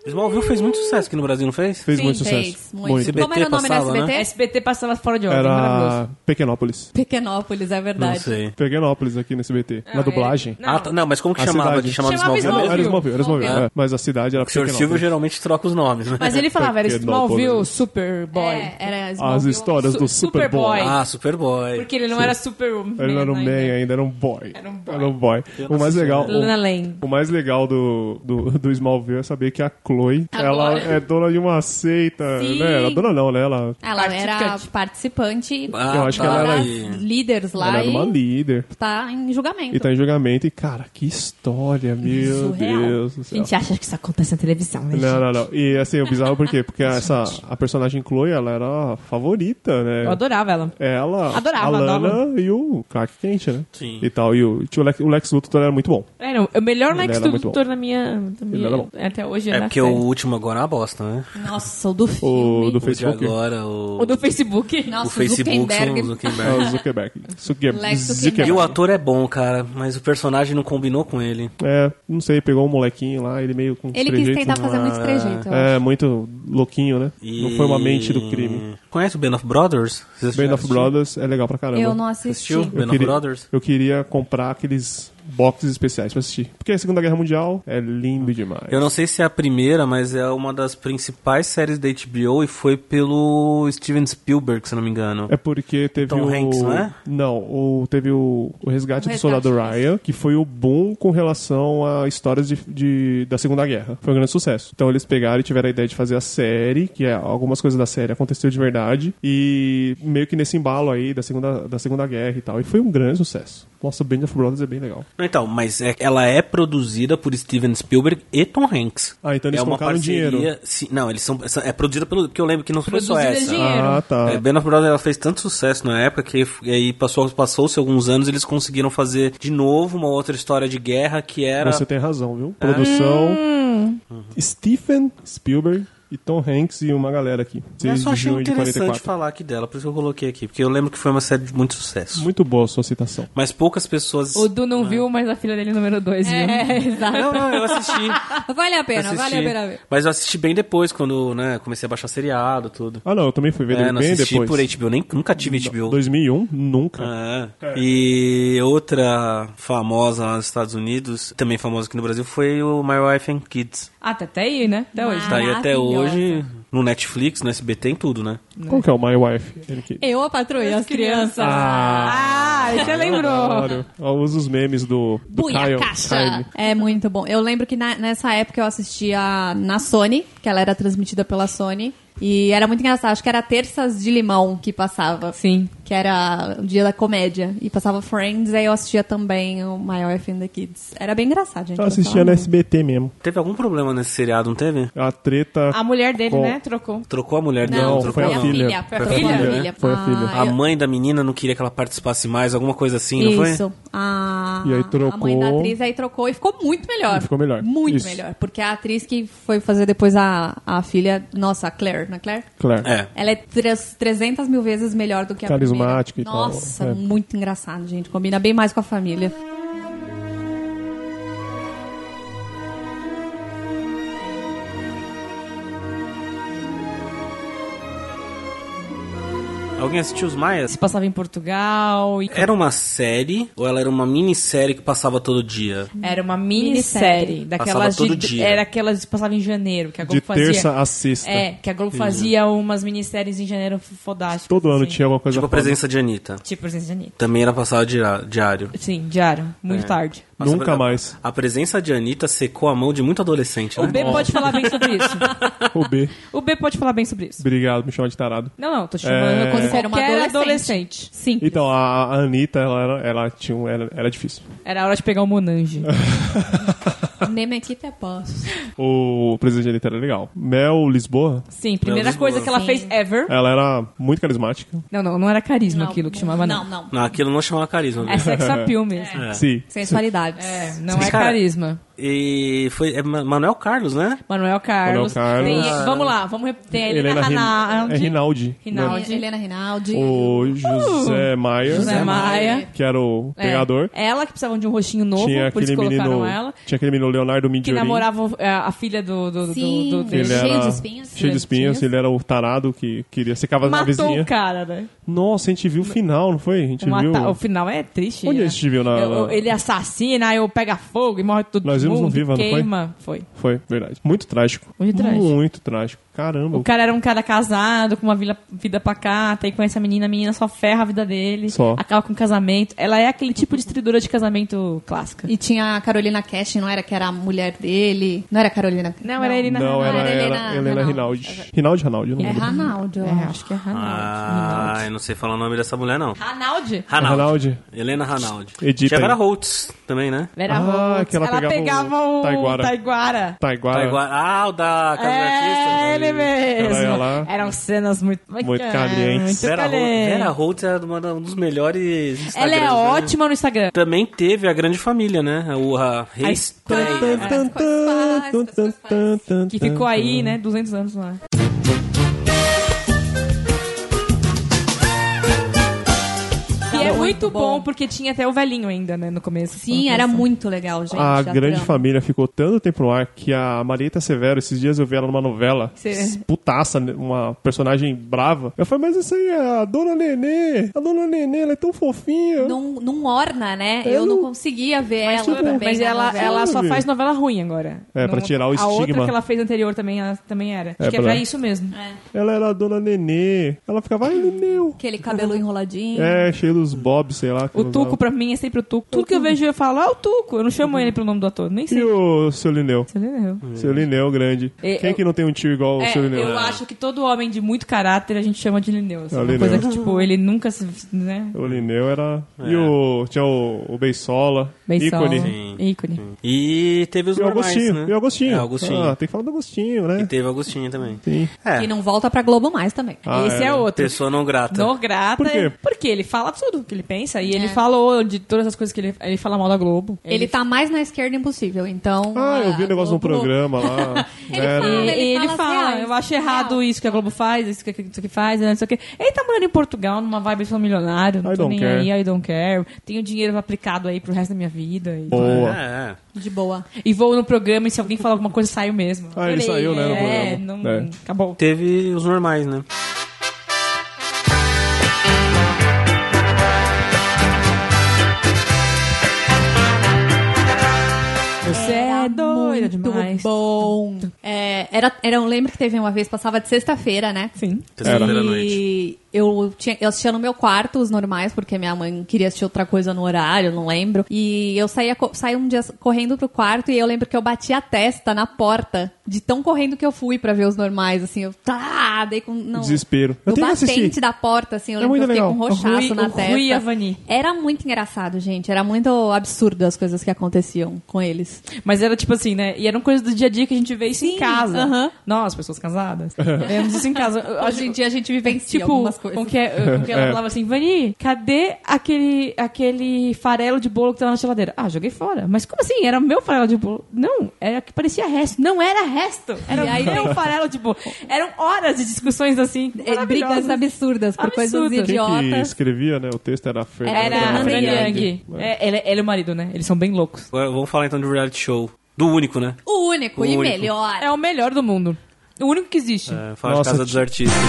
Smallville fez muito sucesso aqui no Brasil, não fez? Fez Sim, muito sucesso. fez, muito. SBT Como era o nome da passava, né? SBT? SBT passava fora de ordem, maravilhoso. Era Pequenópolis. Pequenópolis, é verdade. Não sei. Pequenópolis aqui nesse BT. Na dublagem. Não. Ah, tá- não, mas como que A chamava? cidade. Que chamava, Chamava Smallville? Era, mesmo? era Smallville, era Smallville. Smallville. é. Mas a cidade era O senhor Pequenópolis. Silvio geralmente troca os nomes, né? Mas ele falava, era Pequenópolis. Smallville, Superboy. É, era As Smallville. histórias do Su- Superboy. Superboy. Ah, Superboy. Porque ele não era Superman. Ele não era um man ainda. ainda, era um boy. né, Era um boy. Era um boy. Eu O mais assisti, legal... Lana O, Lane. o mais legal do, do, do Smallville é saber que a Chloe, ela Agora. é dona de uma seita, Sim. né? Ela dona não, né? Ela, Ela era Participante. participante, Ah, Eu acho que tá. ela era- das líderes lá ela era e uma líder. tá em julgamento. E tá em julgamento. E, cara, que história, meu Surreal. Deus do A céu. gente acha que isso acontece na televisão, né? Não, não, não. E assim, o bizarro por quê? Porque essa, a personagem Chloe, ela era a favorita, né? Eu adorava ela. Ela, Adorava, a Lana adorava. e o Clark Quente, né? Sim. E tal. E o, tinha o Lex, o Lex Luthor era muito bom. Era É, o melhor Ele Lex era muito Luthor na minha... na minha- era bom. Até hoje, É né? porque o último agora é uma bosta, né? Nossa, o do filme. O do O de Facebook. agora, o... O do Facebook. Nossa, o Facebook são Zuckerberg. o É o Zuckerberg. Zuckerberg. Zucker- Lex né? E Zuckerberg. o ator é bom, cara, mas o personagem não combinou com ele. É, não sei, pegou um molequinho lá, ele meio com Ah, Ele quis trejeitos, tentar né? fazer muito trejeito. eu É, muito louquinho, né? E- Não foi uma mente do crime. Conhece o Band of Brothers? Vocês Band of assistiram? Brothers é legal pra caramba. Eu não assisti. Assistiu? Eu Band of queria, Brothers? eu queria comprar aqueles boxes especiais pra assistir. Porque a Segunda Guerra Mundial é lindo demais. Eu não sei se é a primeira, mas é uma das principais séries da HBO e foi pelo Steven Spielberg, se não me engano. É porque teve Tom o... Hanks, não é? Não, o, teve o, o resgate O do Resgate, Soldado isso. Ryan, que foi o boom com relação a histórias de, de- da Segunda Guerra. Foi um grande sucesso. Então eles pegaram e tiveram a ideia de fazer a série, que é, algumas coisas da série aconteceu de verdade, e meio que nesse embalo aí da Segunda, da segunda Guerra e tal. E foi um grande sucesso. Nossa, Band of Brothers é bem legal. Não, Então, mas é- ela é produzida por Steven Spielberg e Tom Hanks. Ah, então eles é uma colocaram parceria, dinheiro. se- não, eles são. são- É produzida pelo. Que eu lembro que não foi só Produzida essa. de- Dinheiro. Ah, tá. É, Band of Brothers ela fez tanto sucesso na época que f- e aí passou, passou-se alguns anos eles conseguiram fazer de novo uma outra história de guerra que era. Você tem razão, viu? Produção. Stephen Spielberg e Tom Hanks e uma galera aqui. eu 6 só de achei junho de interessante 44. falar aqui dela, por isso que eu coloquei aqui, porque eu lembro que foi uma série de muito sucesso. Muito boa a sua citação. Mas poucas pessoas. O Du Ah. não viu, mas a filha dele número 2 viu. É, exato. Não, não, eu assisti. Vale a pena, assisti. vale a pena ver. Mas eu assisti bem depois, quando né, comecei a baixar seriado, tudo. Ah, não, eu também fui ver É, ele não bem assisti depois. por HBO, nem, nunca tive HBO. 2001? Nunca. Ah, É. E outra famosa lá nos Estados Unidos, também famosa aqui no Brasil, foi o My Wife and Kids. Ah, tá até aí, né? Até hoje. Tá aí até Maravilhosa. hoje no Netflix, no SBT, em tudo, né? Qual que é o My Wife? Ele que... Eu a patroia as crianças. Ah, você lembrou. Claro. Eu uso os memes do, do Kyle. Kyle. É muito bom. Eu lembro que na- nessa época eu assistia na Sony, que ela era transmitida pela Sony. E era muito engraçado. Acho que era terças de limão que passava. Sim. Que era o dia da comédia. E passava Friends, aí eu assistia também o My Wife and the Kids. Era bem engraçado, gente. Eu vou assistia falar. no SBT mesmo. Teve algum problema nesse seriado, não teve? A treta. A mulher dele, com- né? Trocou. Trocou a mulher dele? Não, trocou foi a não. filha. Foi a Foi a filha, filha, filha. né? Foi a filha. Ah, A mãe da menina não queria que ela participasse mais, alguma coisa assim, não foi? Isso. A, E aí a mãe da trocou. atriz aí trocou e ficou muito melhor. E ficou melhor. Muito Isso. melhor. Porque a atriz que foi fazer depois a, a filha, nossa, a Claire, não é Claire? Claro. É. Ela é tres- 300 mil vezes melhor do que a Carismática e primeira. tal, Nossa, é. muito engraçado, gente. Combina bem mais com a família. Alguém assistiu os Maias? Se passava em Portugal. É E... Era uma série ou ela era uma minissérie que passava todo dia? Era uma minissérie. Daquelas Passava de, todo dia. Era aquelas que passava em janeiro, que a Globo De fazia. terça a sexta. É, que a Globo fazia umas minisséries em janeiro fodásticas. Todo ano assim. tinha alguma coisa Tipo a foda. presença de Anitta. Tipo presença de Anitta. Também era passada diá- diário. Sim, diário. Muito É. tarde. Nossa, Nunca a- mais. A presença de Anitta secou a mão de muito adolescente, O né? B pode falar bem sobre isso. O B. O B pode falar bem sobre isso. Obrigado, me chama de tarado. Não, não, tô te chamando. É. Eu considero uma Qualquer adolescente. adolescente. Sim. Então, a, a Anitta, ela, era- ela tinha um, era, era difícil. Era a hora de pegar o Monange. Meme aqui até posso. O presidente da Anitta era legal. Mel Lisboa, Sim, primeira Deus coisa do que ela céu. fez ever. ela era muito carismática. Não, não, não era carisma Não, aquilo que chamava, não. Não, não. Não, aquilo não chamava carisma. É mesmo. sex appeal mesmo. É. Sim. Sensualidades. É, não é Cara, carisma. E foi é Ma- Manuel Carlos, né? Manuel Carlos. Manuel Carlos. Tem- vamos lá, vamos rep- Tem a Helena, Rin- Hanaldi. é Rinaldi. Rinaldi. E- Helena Rinaldi. O José Maier, Uh! José Maia. que era o É. pegador. Ela que precisava de um rostinho novo, tinha por isso aquele colocaram menino. ela. Tinha aquele menino Leonardo Que Mindiorim. namorava é, a filha do. do, do, Sim. do- do- Ele Cheio era... de espinhos. Cheio de espinhos. Ele era o tarado que queria se casar na Matou vizinha. o cara, né? Nossa, a gente viu o final, não foi? A gente O, mata- viu. o final é triste. Onde né? a gente viu na- Eu- na- Ele assassina, aí eu pega fogo e morre todo Nós vimos no mundo, Viva, não foi? queima. Foi. Foi, verdade. Muito trágico. Muito trágico. Muito trágico. Caramba. O cara era um cara casado, com uma vila- vida pacata, e conhece a menina, a menina só ferra a vida dele, Só. acaba com o casamento. Ela é aquele tipo de destruidora de casamento clássica. E tinha a Carolina Cash, não era que era a mulher dele? Não era a Carolina Não, era ele na Não, Rinaldi. era, Era era, Helena Helena Rinaldi. Rinaldi. Rinaldi, Rinaldi, eu não É lembro. Ranaldo, eu É, acho. acho que é Ranaldi. Ah, eu não sei falar o nome dessa mulher, não. Ah, Ranaldi? Ranaldi. Rinaldi. Helena Ranaldi. Edita Tinha aí. Vera Holtz também, né? Vera Ah, Holtz. que ela pegava o o Taiguara. um Taiguara. Taiguara. Taiguara- Ah, o da Casa né? do Artista. É, ele Ela ia mesmo. lá. Eram cenas muito... é, Muito calientes. Muito Vera, Hol- calientes. Vera Holtz é uma da- um dos melhores Ela Instagrams, é né? ótima no Instagram. Também teve a grande família, né? O a A Reis- Tan, tan, tan, tan, tan, tan, Que tan, ficou aí, tan. né, 200 anos lá. Que é muito bom. porque tinha até o velhinho ainda, né, no começo. Sim, era muito legal, gente. A grande trama. família ficou tanto tempo no ar que a Marieta Severo, esses dias eu vi ela numa novela, Cê- putaça, né? uma personagem brava. Eu falei, mas isso aí é a Dona Nenê. A Dona Nenê, ela é tão fofinha. Não, não orna, né? Eu Eu, não não- conseguia ver Mas, ela tudo bem, também. mas na ela, novela. ela só Sim. faz novela ruim agora. É, pra tirar o A outra estigma. que ela fez anterior também, ela, também era. Acho É, que pra- era isso mesmo. Ela era a Dona Nenê. Ela ficava, ai, Nenê. Aquele cabelo enroladinho. É, cheio dos bobs, sei lá. que O não Tuco, dava. pra mim, é sempre o Tuco. Tudo que eu vejo, eu falo, ah, o Tuco. Eu não chamo ele pelo nome do ator, nem E sei. o seu Lineu? Você entendeu? Seu Lineu grande. É, Quem eu- que não tem um tio igual o É, seu Lineu? eu acho que todo homem de muito caráter a gente chama de Lineu. assim, É o uma Lineu. coisa que, tipo, ele nunca se... Né? O Lineu era. E o. Tinha o, o Beisola. Benção. Ícone. É. Sim. Ícone. E teve os E o normais, Agostinho. né? E o Agostinho. É, o Agostinho. Ah, tem que falar do Agostinho, né? E teve o Agostinho também. Sim. É, E não volta pra Globo mais também. Ah, Esse é, outro. pessoa não grata. No grata. Por quê? Porque ele fala tudo que ele pensa. E ele falou de todas as coisas que ele... É. Ele fala mal da Globo. Ele tá mais na esquerda impossível, então. Ah, eu vi o negócio no no programa lá. Ele Era- fala, E- e ele as fala, reais, eu acho real. errado isso que a Globo faz, isso que, isso que faz, não sei o que. Ele tá morando em Portugal, numa vibe sou milionário, não I tô don't nem care. aí, I don't care. Tenho dinheiro aplicado aí pro resto da minha vida. E, Boa. É, é. De boa. e vou no programa e se alguém falar alguma coisa, saio mesmo. Ah, ele saiu, né? No é, programa. não, É. acabou. Teve os normais, né? Você é doida Muito demais. bom. É, era, era, eu lembro que teve uma vez, passava de sexta-feira, né? Sim. Terça-feira à noite. E, Eu, tinha, eu assistia no meu quarto os normais, porque minha mãe queria assistir outra coisa no horário, não lembro. E eu saía, co- saí um dia correndo pro quarto e eu lembro que eu bati a testa na porta de tão correndo que eu fui pra ver os normais, assim. Eu, tá, dei com. Não, Desespero. Eu no tenho que assistir. batente da porta, assim, eu É lembro que eu muito fiquei com um legal. roxaço O Rui- na o Rui testa. e a Vani. Era muito engraçado, gente. Era muito absurdo as coisas que aconteciam com eles. Mas era tipo assim, né? E eram coisas do dia a dia que a gente vê isso em Sim, casa. aham. Nós, pessoas casadas, vemos isso em casa. Eu acho- Hoje em dia a gente vivencia Tipo, algumas coisas. com que, com que ela É. falava assim, Vani, cadê aquele, aquele farelo de bolo que tava na geladeira? Ah, joguei fora. Mas como assim? Era meu farelo de bolo? Não, era que parecia resto. Não era resto. Era E aí- meu farelo de bolo. Eram horas de discussões assim, É, brigas absurdas por coisas Absurdo. Quem que idiotas. escrevia, né? O texto era a Fernanda. Era a Fran Yang. Yang. É, ele, ele é o marido, né? Eles são bem loucos. Agora vamos falar então de reality show. Do único, né? O único O e único. melhor. É o melhor do mundo. O único que existe. É, falar Nossa, de Casa ti- dos Artistas.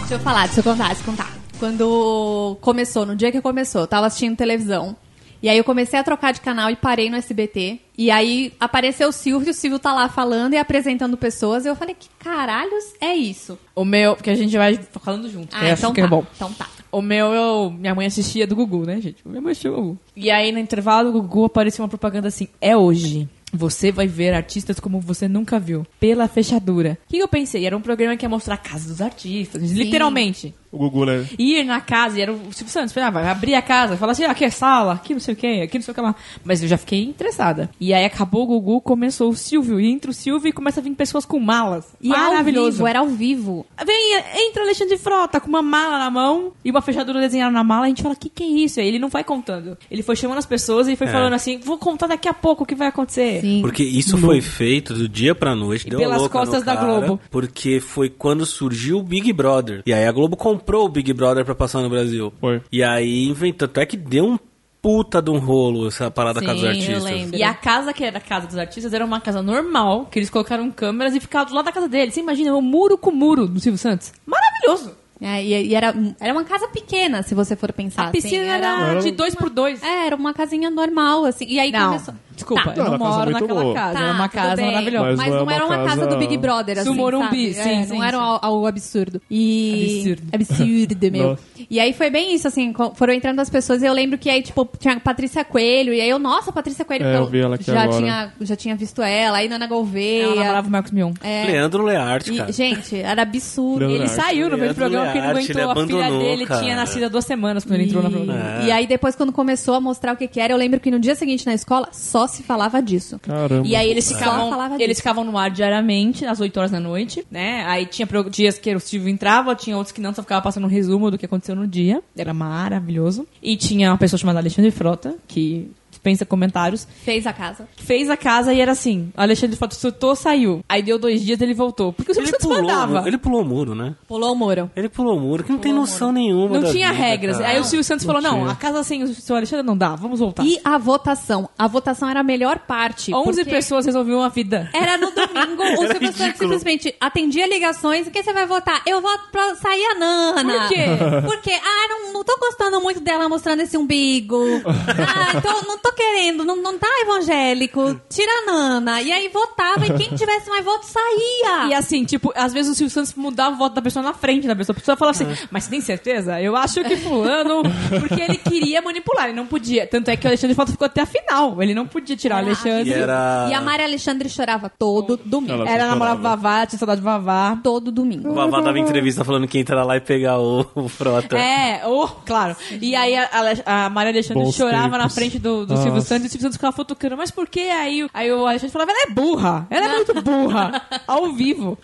Deixa eu falar, deixa eu contar, deixa eu contar. Quando começou, no dia que começou, eu tava assistindo televisão. E aí eu comecei a trocar de canal e parei no SBT. E aí apareceu o Silvio, o Silvio tá lá falando e apresentando pessoas. E eu falei, que caralhos é isso? O meu, porque a gente vai falando junto. que Ah, eu acho então que tá. é bom. Então tá. O meu, eu, minha mãe assistia do Gugu, né, gente? Minha mãe assistia o Gugu. E aí, no intervalo do Gugu, apareceu uma propaganda assim: é hoje. Você vai ver artistas como você nunca viu, pela fechadura. O que eu pensei? Era um programa que ia mostrar a casa dos artistas, literalmente. O Gugu, né? Ir na casa, e era o Silvio Santos, falei, ah, vai abrir a casa, falar assim, ah, aqui é sala, aqui não sei o que, aqui não sei o que lá. Mas eu já fiquei interessada. E aí acabou o Gugu, começou o Silvio, e entra o Silvio e começa a vir pessoas com malas. E Ao é Maravilhoso. vivo, era ao vivo. Vem, entra Alexandre Frota com uma mala na mão e uma fechadura desenhada na mala. A gente fala, o que, que é isso? Aí ele não vai contando. Ele foi chamando as pessoas e foi É. falando assim, vou contar daqui a pouco o que vai acontecer. Sim. Porque isso foi feito do dia pra noite, deu pelas louca no costas da cara, Globo. Porque foi quando surgiu o Big Brother. E aí a Globo comprou o Big Brother pra passar no Brasil. Foi. E aí inventou, até que deu um puta de um rolo essa parada Sim, com os eu artistas. lembro. E a casa que era a casa dos artistas era uma casa normal, que eles colocaram câmeras e ficavam do lado da casa deles. Você imagina, o muro com muro do Silvio Santos. Maravilhoso! É, e e era, era uma casa pequena, se você for pensar. A piscina assim, era, era de um- dois por dois. É, era uma casinha normal, assim. E aí Não, começou. desculpa, Tá. eu Não, não era uma casa moro muito naquela boa. casa. Tá, é uma tudo casa bem. maravilhosa. Mas, não, era uma casa... do Big Brother, assim. Do Morumbi, sabe? sim, É, sim, Não era sim. al- algo absurdo. E. Absurdo. Absurdo, meu. Nossa. e aí foi bem isso, assim. co- Foram entrando as pessoas e eu lembro que aí, tipo, tinha a Patrícia Coelho. E aí eu, nossa, Patrícia Coelho, É, porque eu vi ela aqui já, agora. Tinha, já tinha visto ela. Aí Nana Gouveia. Ela namorava o Marcos Mion. É, Leandro Learte, e, cara. gente, era absurdo. Leandro Ele Ele Learte. saiu no meio Leandro do programa porque ele não Learte, aguentou. ele A filha abandonou, dele cara. tinha nascido há duas semanas quando ele entrou na programa. É. E aí depois quando começou a mostrar o que que era, eu lembro que no dia seguinte na escola só se falava disso. Caramba. E aí eles Só falava ficavam, disso. eles ficavam no ar diariamente, às 8 horas da noite, né? Aí tinha pro- dias que o Silvio entrava, tinha outros que não, só ficava passando um resumo do que aconteceu no dia. Era maravilhoso. E tinha uma pessoa chamada Alexandre Frota, que dispensa comentários, Fez a casa. fez a casa e era assim, Alexandre Frota surtou, saiu. Aí deu dois dias ele voltou. Porque o Silvio Ele Santos pulou, mandava. ele pulou o muro, né? Pulou o muro. Ele pulou o muro, que não tem noção nenhuma. Não da tinha vida, regras. cara. Aí o Silvio Santos falou, não, tinha. a casa sem o seu Alexandre não dá, vamos voltar. E a votação. A votação era a melhor parte. 11 porque pessoas resolviam a vida. Era no domingo, o Silvio Santos ridículo. simplesmente atendia ligações. Quem você vai votar? Eu voto pra sair a Nana. Por quê? Porque, ah, não, não tô gostando muito dela mostrando esse umbigo. Ah, então não tô querendo, não, não tá evangélico. Tira a Nana. E aí votava, e quem tivesse mais voto saía. E assim, tipo, às vezes o Silvio Santos mudava o voto da pessoa na frente da pessoa. A pessoa falava Ah. assim, mas você tem certeza? Eu acho que fulano... Porque ele queria manipular, ele não podia. Tanto é que o Alexandre Frota ficou até a final. Ele não podia tirar o E Alexandre. era... E a Maria Alexandre chorava todo domingo. Ela- Era namorada do Vavá, tinha saudade do Vavá. Todo O domingo. Vavá dava entrevista falando que ia entrar lá e pegar o, o Frota. É, oh, claro. E aí a, a- a Maria Alexandre Bons chorava tempos. na frente do, do Silvio Nossa. Santos e o Silvio Santos ficava fotocando. Mas por que aí? o- Aí o Alexandre falava, ela é burra. Ela é muito burra. ao vivo.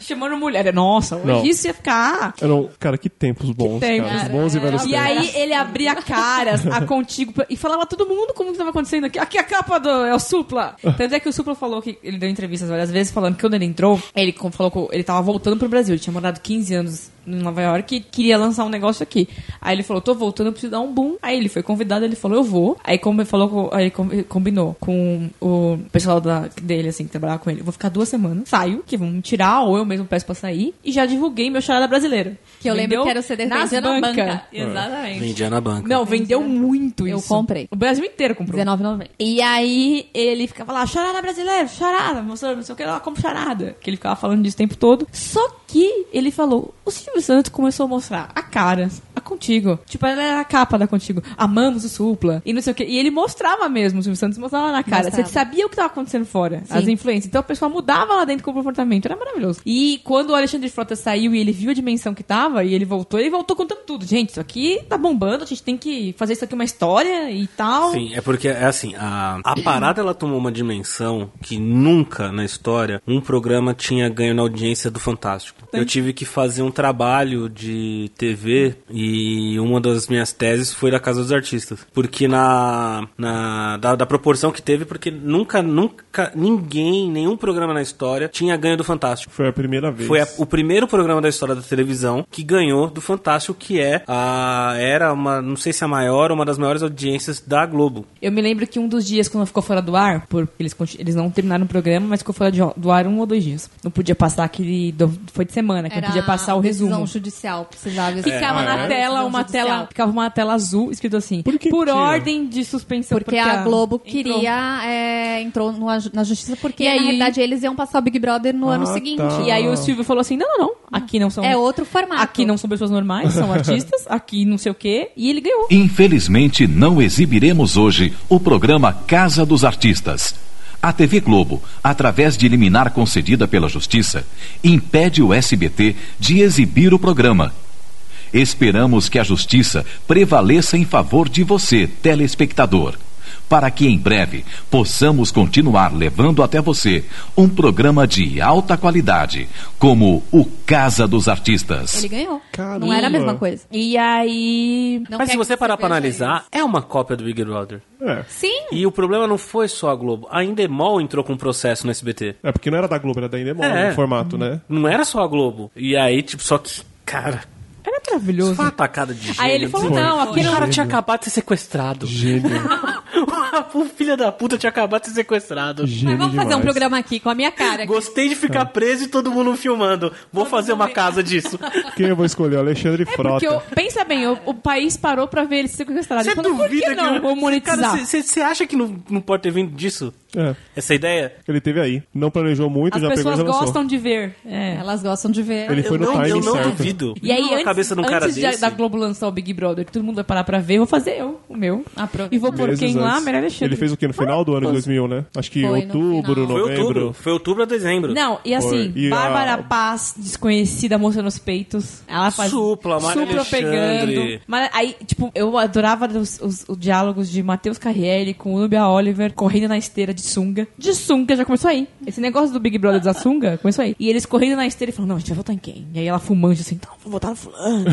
Chamando mulher. Nossa, hoje Não. isso ia ficar... Era um- Cara, que tempos bons. tempos, cara. Os bons e velhos E tempos. aí ele abria caras a contigo pra- e falava todo mundo como que tava acontecendo aqui. Aqui a capa do é o Supla. Tanto é que o Supla falou que ele deu entrevistas várias vezes falando que quando ele entrou, ele com- falou que ele tava voltando pro Brasil, ele tinha morado 15 anos em Nova York e queria lançar um negócio aqui. Aí ele falou: "Tô voltando, eu preciso dar um boom". Aí ele foi convidado, ele falou: "Eu vou". Aí como ele falou, com- aí com- combinou com o pessoal da- dele assim que trabalhava com ele. "Eu Vou ficar duas semanas, saio, que vão tirar canal, ou eu mesmo peço pra sair, e já divulguei meu charada brasileiro. Que eu lembro Vendeu que era o CD nas vendendo na banca. banca. Exatamente. Vendia na banca. É. Não, vendeu muito Eu isso. comprei. O Brasil inteiro comprou. R$19,90. E aí ele ficava lá, charada brasileiro, charada, mostrando não sei o que lá, como charada. Que ele ficava falando disso o tempo todo. Só que ele falou, o Silvio Santos começou a mostrar a cara, a Contigo. Tipo, ela era a capa da Contigo. Amamos o Supla. E não sei o que. E ele mostrava mesmo, o Silvio Santos mostrava na cara. Mostrava. Você sabia o que tava acontecendo fora, Sim. as influências. Então a pessoa mudava lá dentro com o comportamento. Era maravilhoso. E quando o Alexandre Frota saiu e ele viu a dimensão que tava, e ele voltou, ele voltou contando tudo. Gente, isso aqui tá bombando, a gente tem que fazer isso aqui uma história e tal. Sim, é porque é assim, a, a parada ela tomou uma dimensão que nunca na história um programa tinha ganho na audiência do Fantástico. Eu tive que fazer um trabalho de TV e uma das minhas teses foi da Casa dos Artistas. Porque na. na da, da proporção que teve, porque nunca, nunca, ninguém, nenhum programa na história tinha ganho do Fantástico. Foi a primeira vez. Foi a- o primeiro programa da história da televisão que ganhou do Fantástico, que é a era uma, não sei se a maior, uma das maiores audiências da Globo. Eu me lembro que um dos dias quando ficou fora do ar, por, eles, conti- eles não terminaram o programa, mas ficou fora de- do ar um ou dois dias. Não podia passar aquele. do- foi de semana, que não podia passar o decisão resumo. judicial, precisava. Ficava Ah, na é? tela Decisão uma judicial. tela. Ficava uma tela azul escrito assim. Por, tira? ordem de suspensão. Então, Porque a Globo entrou. queria. é, entrou numa ju- na justiça, porque E aí- na realidade eles iam passar o Big Brother no ano tá. seguinte. E aí o Silvio falou assim: não, não, não. Aqui não são. É outro formato. Aqui não são pessoas normais, são artistas, aqui não sei o quê. E ele ganhou. Infelizmente, não exibiremos hoje o programa Casa dos Artistas. A TV Globo, através de liminar concedida pela Justiça, impede o SBT de exibir o programa. Esperamos que a Justiça prevaleça em favor de você, telespectador, para que em breve possamos continuar levando até você um programa de alta qualidade, como o Casa dos Artistas. Ele ganhou. Caramba. Não era a mesma coisa. E aí. Não Mas quer se que assim? você parar pra veja analisar, isso. é uma cópia do Big Brother. É. Sim. E o problema não foi só a Globo. A Endemol entrou com um processo no SBT. É porque não era da Globo, era da Endemol É. o formato, né? Não era só a Globo. E aí, tipo, só que, cara, Era isso maravilhoso. foi uma atacada de gênio. Aí ele falou: Foi. não, aqui o não é." cara tinha acabado de ser sequestrado. o filho da puta tinha acabado de ser sequestrado. Mas Gênio vamos fazer um demais. programa aqui com a minha cara. Gostei de Tá. ficar preso e todo mundo filmando. Vou fazer uma casa disso. Quem eu vou escolher? O Alexandre Porque Frota. eu- pensa bem, o, o país parou pra ver eles ser sequestrados. Você Ele falou, por duvida que um não vou monetizar? Você acha que não, não pode ter vindo disso? É, Essa ideia? ele teve aí. Não planejou muito, As já pegou e pessoas já lançou. gostam de ver. É. Elas gostam de ver. Ele foi eu no não, timing eu não certo. duvido. E aí, Não, a antes, cabeça de um cara antes de- desse. da Globo lançar o Big Brother, que todo mundo vai parar pra ver, eu vou fazer eu, o meu. Aproveita. E vou pôr Meses quem lá, antes. Maria Alexandre. Ele fez o que? No final do ano de 2000, né? Acho que Foi no outubro, final. Foi novembro. outubro. Foi outubro a dezembro. Não, e assim, Foi. E Bárbara a- Paz, desconhecida, mostrando os peitos. Ela faz. Supla, Maria Alexandre. Mas aí, tipo, eu adorava os, os- os diálogos de Matheus Carrielli com o Nubia Oliver correndo na esteira de sunga. De sunga já começou aí. Esse negócio do Big Brother da sunga começou aí. E eles correndo na esteira e falando: não, a gente vai votar em quem? E aí ela fumando assim: então, vou votar no fulano.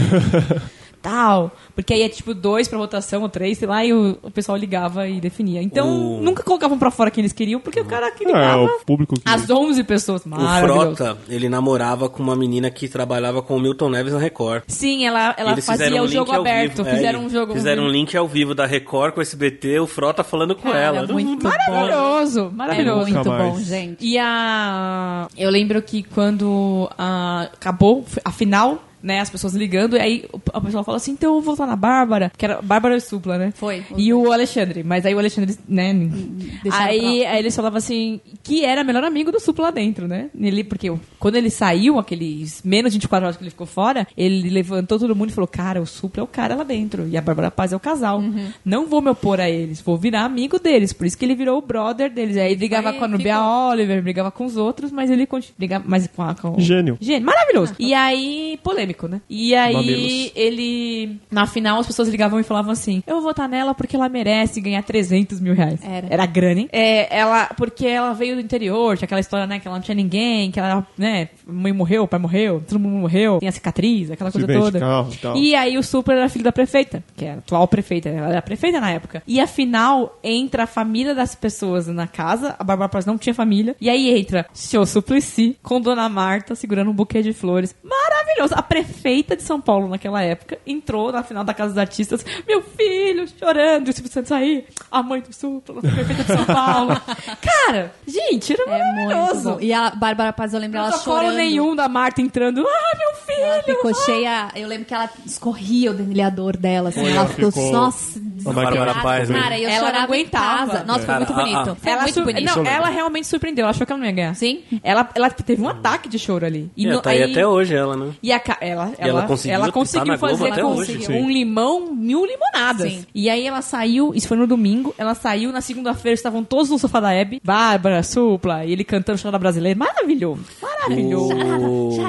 Tal. Porque aí é tipo dois pra votação ou três, sei lá, e o, o pessoal ligava e definia. Então, O- nunca colocavam pra fora quem eles queriam, porque o cara que É, ligava. o público que... As 11 pessoas. O Maravilhoso. Frota, ele namorava com uma menina que trabalhava com o Milton Neves na Record. Sim, ela, ela Eles fizeram fazia um o link jogo ao aberto. vivo, é, fizeram um jogo. Fizeram um link ao vivo da Record com o SBT, o Frota falando com Cara, ela. muito Maravilhoso, É maravilhoso. muito Nunca bom, mais. gente. E a. Eu lembro que quando ah, acabou a final. Né, as pessoas ligando, e aí o- a pessoa falou assim: então eu vou voltar na Bárbara, que era Bárbara e Supla, né? Foi. E o Alexandre, mas aí o Alexandre, né? Hum, Deixaram Aí, aí eles falavam assim: que era melhor amigo do Supla lá dentro, né? Ele, porque o- quando ele saiu, aqueles menos de 24 horas que ele ficou fora, ele levantou todo mundo e falou: cara, o Supla é o cara lá dentro, e a Bárbara Paz é o casal. Uhum. Não vou me opor a eles, vou virar amigo deles. Por isso que ele virou o brother deles. Aí brigava Aí com a Nubia ficou. Oliver, brigava com os outros, mas ele continua. Brigava mais com a. Com... Gênio. Gênio, maravilhoso. E aí, polêmico, né? E aí, Mamilos. ele. Na final, as pessoas ligavam e falavam assim: Eu vou votar nela porque ela merece ganhar 300 mil reais. Era. Era grana, hein? É, ela. Porque ela veio do interior, tinha aquela história, né? Que ela não tinha ninguém, que ela, né? Mãe morreu, pai morreu, todo mundo morreu, tem a cicatriz, aquela coisa Acidente de toda. carro e tal. E aí, o Supra era filho da prefeita, que era a atual prefeita, né? ela era a prefeita na época. E afinal, entra a família das pessoas na casa, a Bárbara Paz não tinha família. E aí entra seu Suplicy com Dona Marta segurando um buquê de flores. Maravilhoso! maravilhoso. A prefeita de São Paulo naquela época entrou na final da Casa dos Artistas, meu filho chorando, e o Silvio Santos sair, a mãe do Supla, a prefeita de São Paulo. Cara, gente, era maravilhoso. É Muito bom. E a Bárbara Paz, eu lembro não ela socorro chorando. nenhum da Marta entrando. Ah, meu filho! Ela ficou cheia. Eu lembro que ela escorria o denilhador dela, assim. Foi, ela ela ficou, ficou- nossa, A é Bárbara Paz, né? Cara, eu Ela não chorava aguentava. em casa. Nossa, foi Cara, muito a- a- ah, bonito. Foi ela é muito sur- bonito. Não, ela realmente surpreendeu. Ela achou que ela não ia ganhar. Sim. Ela, ela teve um ataque de choro ali. E no- tá aí até hoje ela, né? E a ca- ela, E ela, ela conseguiu ela tá na Globo fazer até com hoje, um sim. limão, mil limonadas. Sim. E aí ela saiu, isso foi no domingo, ela saiu, na segunda-feira estavam todos no sofá da Hebe, Bárbara, Supla, e ele cantando Charada Brasileira. Maravilhoso, maravilhoso. O-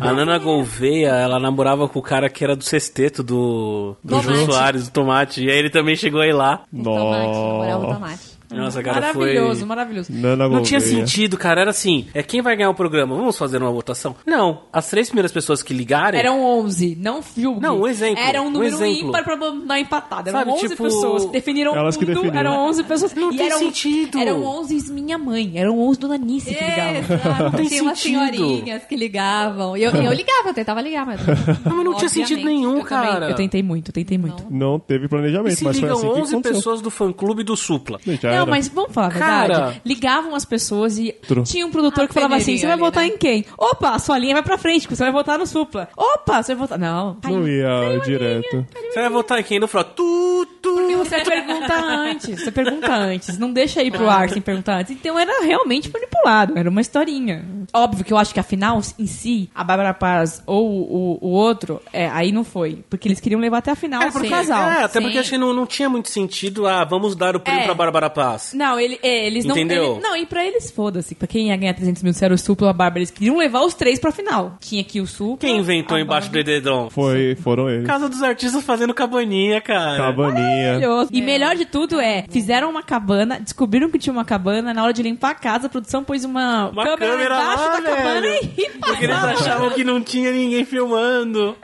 A Nana Gouveia, ela namorava com o cara que era do sexteto do, do Jô Tomate. Soares, do Tomate. E aí ele também chegou aí lá. Tomate. Nossa, cara, Maravilhoso, foi... maravilhoso. Nana Não tinha Gouveia. sentido, cara. Era assim, é quem vai ganhar o programa? Vamos fazer uma votação? Não, as três primeiras pessoas que ligarem... Eram 11, não julgue. Não, um exemplo, Era um um número exemplo. ímpar pra dar empatada. Eram Sabe, 11 tipo, pessoas que definiram elas que tudo. definiram. Eram 11 pessoas. Não e tem eram, sentido. Eram 11 minha mãe. Eram 11 dona Nice que ligavam. Exato. tem Tinha umas sentido. senhorinhas que ligavam. E eu, e eu ligava, eu tentava ligar, mas. Não, mas não tinha sentido nenhum, cara. Eu tentei muito, tentei muito. Não teve E planejamento, se mas foi ligam assim 11 que aconteceu. pessoas do fã-clube do Supla. Gente, já não, era. mas vamos falar a verdade. Cara. Ligavam as pessoas e Tru. tinha um produtor A que falava assim: peneirinha você vai ali, votar né? em quem? Opa, sua linha vai pra frente, porque você vai votar no Supla. Opa, você é vai votar. Não. Não Aí ia direto. Você vai votar em quem? No Frota? Tu, tu. Você pergunta antes, você pergunta antes. Não deixa ir pro ar sem perguntar antes. Então era realmente manipulado, era uma historinha. Óbvio que eu acho que afinal, em si, a Bárbara Paz ou o, o outro, é, aí não foi. Porque eles queriam levar até a final pro Assim, casal. É, até Sim. porque acho que não, não tinha muito sentido. Ah, vamos dar o prêmio É. pra Bárbara Paz. Não, ele, é, eles não. Entendeu? ele- não, e pra eles, foda-se. Pra quem ia ganhar 300 mil, se era o Supla ou a Bárbara, eles queriam levar os três pra final. Tinha aqui o Supla. Quem inventou a embaixo do Bárbara. dedão? Foi, foram eles. Casa dos Artistas fazendo cabaninha, cara. Cabaninha. Maravilhoso. E melhor de tudo é, fizeram uma cabana, descobriram que tinha uma cabana, na hora de limpar a casa, a produção pôs uma, Uma câmera, câmera embaixo lá, da cabana velho. e Porque eles achavam que não tinha ninguém filmando.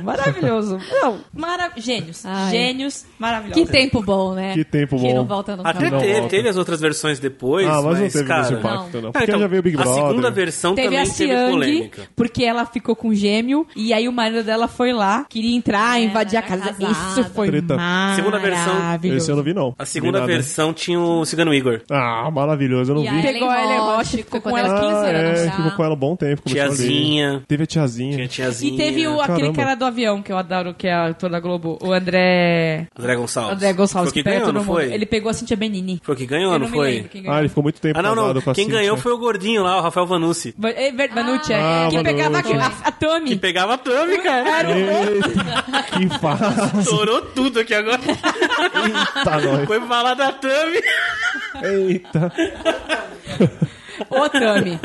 maravilhoso. Não, mara... Gênios, Ai. gênios maravilhosos. Que tempo bom, né? Que tempo Que bom. não volta nunca Até mais. Não teve, volta. teve as outras versões depois, Ah, mas, não teve cara... esse impacto, não. Ah, Porque então, já veio o Big a Brother. segunda versão Teve a também teve Siang, polêmica. porque ela ficou com gêmeo, e aí o marido dela foi lá, queria entrar, invadir a ela É, era casa. casada. Isso foi Treta. Segunda versão. maravilhoso. Esse eu não vi, não. A Vi segunda nada. versão tinha o Cigano Igor. Ah, maravilhoso, eu não E vi. aí, Pegou a Ellen Roche, ficou com ela ela 15 ah, anos é, já. ficou com ela um bom tempo. começou ali. Tiazinha. Teve a tiazinha. Tinha a Tiazinha. E teve o, aquele Caramba. cara do avião, que eu adoro, que é ator da Globo, o André... André Gonçalves. André Foi Gonçalves, o que que pega ganhou, todo não mundo. foi? Ele pegou a Cintia Benini. Foi o que ganhou, eu não me foi? lembro quem ganhou. Ah, ele ficou muito tempo Ah, não, casado não. com a Quem Cíntia. ganhou foi o gordinho lá, o Rafael Vanucci. Ba- é, Ver- Vanucci, é. Ah, que Vanucci. pegava a, a, a Tami. Que pegava a Thumb, cara. Eita, que fácil. Estourou tudo aqui agora. Tá, nós. Foi falar da Thumb. Eita. Ô, Tami.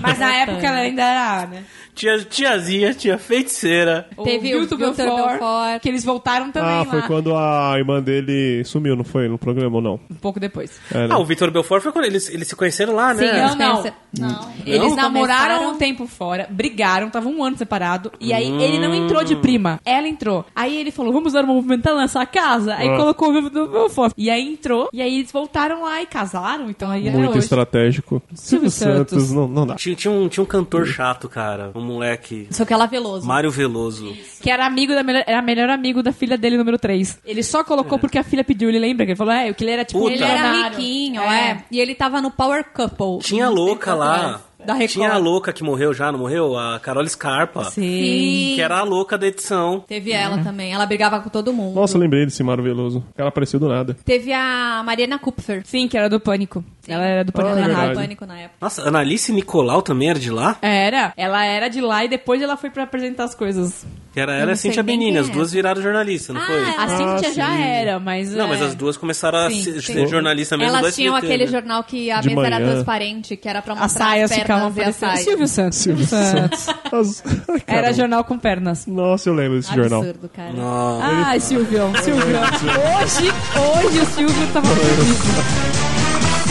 Mas na época ela ainda era, né? Tinha tiazinha, tinha feiticeira. Teve o o Vilto Vilto Belfort, Belfort. que eles voltaram também Ah, lá, foi quando a irmã dele sumiu, não foi? No programa ou não? um pouco depois. É, né? Ah, o Vitor Belfort foi quando eles, eles se conheceram lá, né? Sim, Não, não, não. não. Não. Eles Não? namoraram Começaram- um tempo fora, brigaram, tava um ano separado, e aí Hum. ele não entrou de prima, ela entrou. Aí ele falou, vamos dar um uma movimentada nessa casa? Aí Ah. colocou o vivo do meu fofo. E aí entrou, e aí eles voltaram lá e casaram, então aí até Muito hoje. estratégico. Silvio Santos, Santos. não, não dá. Tinha, tinha um, tinha um cantor chato, cara. Um moleque. Só que ela é veloso. Mário Veloso. Que era amigo da melhor, era melhor amigo da filha dele, número 3. Ele só colocou porque a filha pediu, ele lembra? Que ele falou, é, que ele era tipo... Puta. Ele era milionário. riquinho, é. E ele tava no Power Couple. Tinha a louca lá. Da Record. Tinha a louca que morreu já, não morreu? A Carol Scarpa. Sim. Sim. Que era a louca da edição. Teve ela também. Ela brigava com todo mundo. Nossa, eu lembrei desse Mário Veloso. Ela apareceu do nada. Teve a Mariana Kupfer. Sim, que era do Pânico. Ela era do Pânico Ah, da é Ela tava Rádio. no verdade. pânico na época. Nossa, Analice Nicolau também era de lá? Era. Ela era de lá e depois ela foi pra apresentar as coisas. Que era Eu ela e não a sei Cintia nem Benini. quem As é. duas viraram jornalista, não Ah, foi? ela- A Cíntia sim. já era, mas... Não, é, mas as duas começaram a Sim, se- sim. ser jornalista mesmo do Elas SBT, tinham aquele né? jornal que a De mesa era manhã. transparente, que era pra mostrar As saias as ficavam pernas e as parecendo... saias. Silvio Santos. Silvio Santos. As- Era Caramba. jornal com pernas. Nossa, eu lembro desse jornal. Absurdo, cara. Nossa. Ai, Silvio, Silvio. Hoje, hoje o Silvio tava perdido.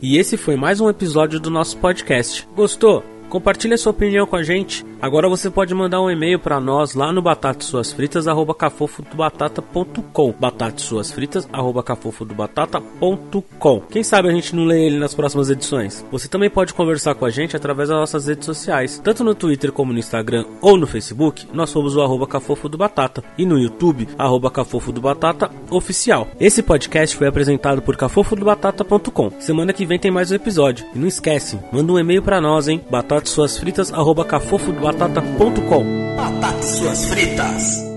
E esse foi mais um episódio do nosso podcast. Gostou? Compartilhe a sua opinião com a gente. Agora você pode mandar um e-mail para nós lá no batatasuasfritas@cafofodobatata.com. batatasuasfritas@cafofodobatata.com. Quem sabe a gente não lê ele nas próximas edições. Você também pode conversar com a gente através das nossas redes sociais, tanto no Twitter como no Instagram ou no Facebook. Nós somos o arroba Cafofo do Batata e no YouTube arroba Cafofo do Batata oficial. Esse podcast foi apresentado por cafofodobatata.com. Semana que vem tem mais um episódio. E não esquece, manda um e-mail pra nós, hein? Batatas suas fritas arroba cafofodobatata.com. Batatas suas fritas.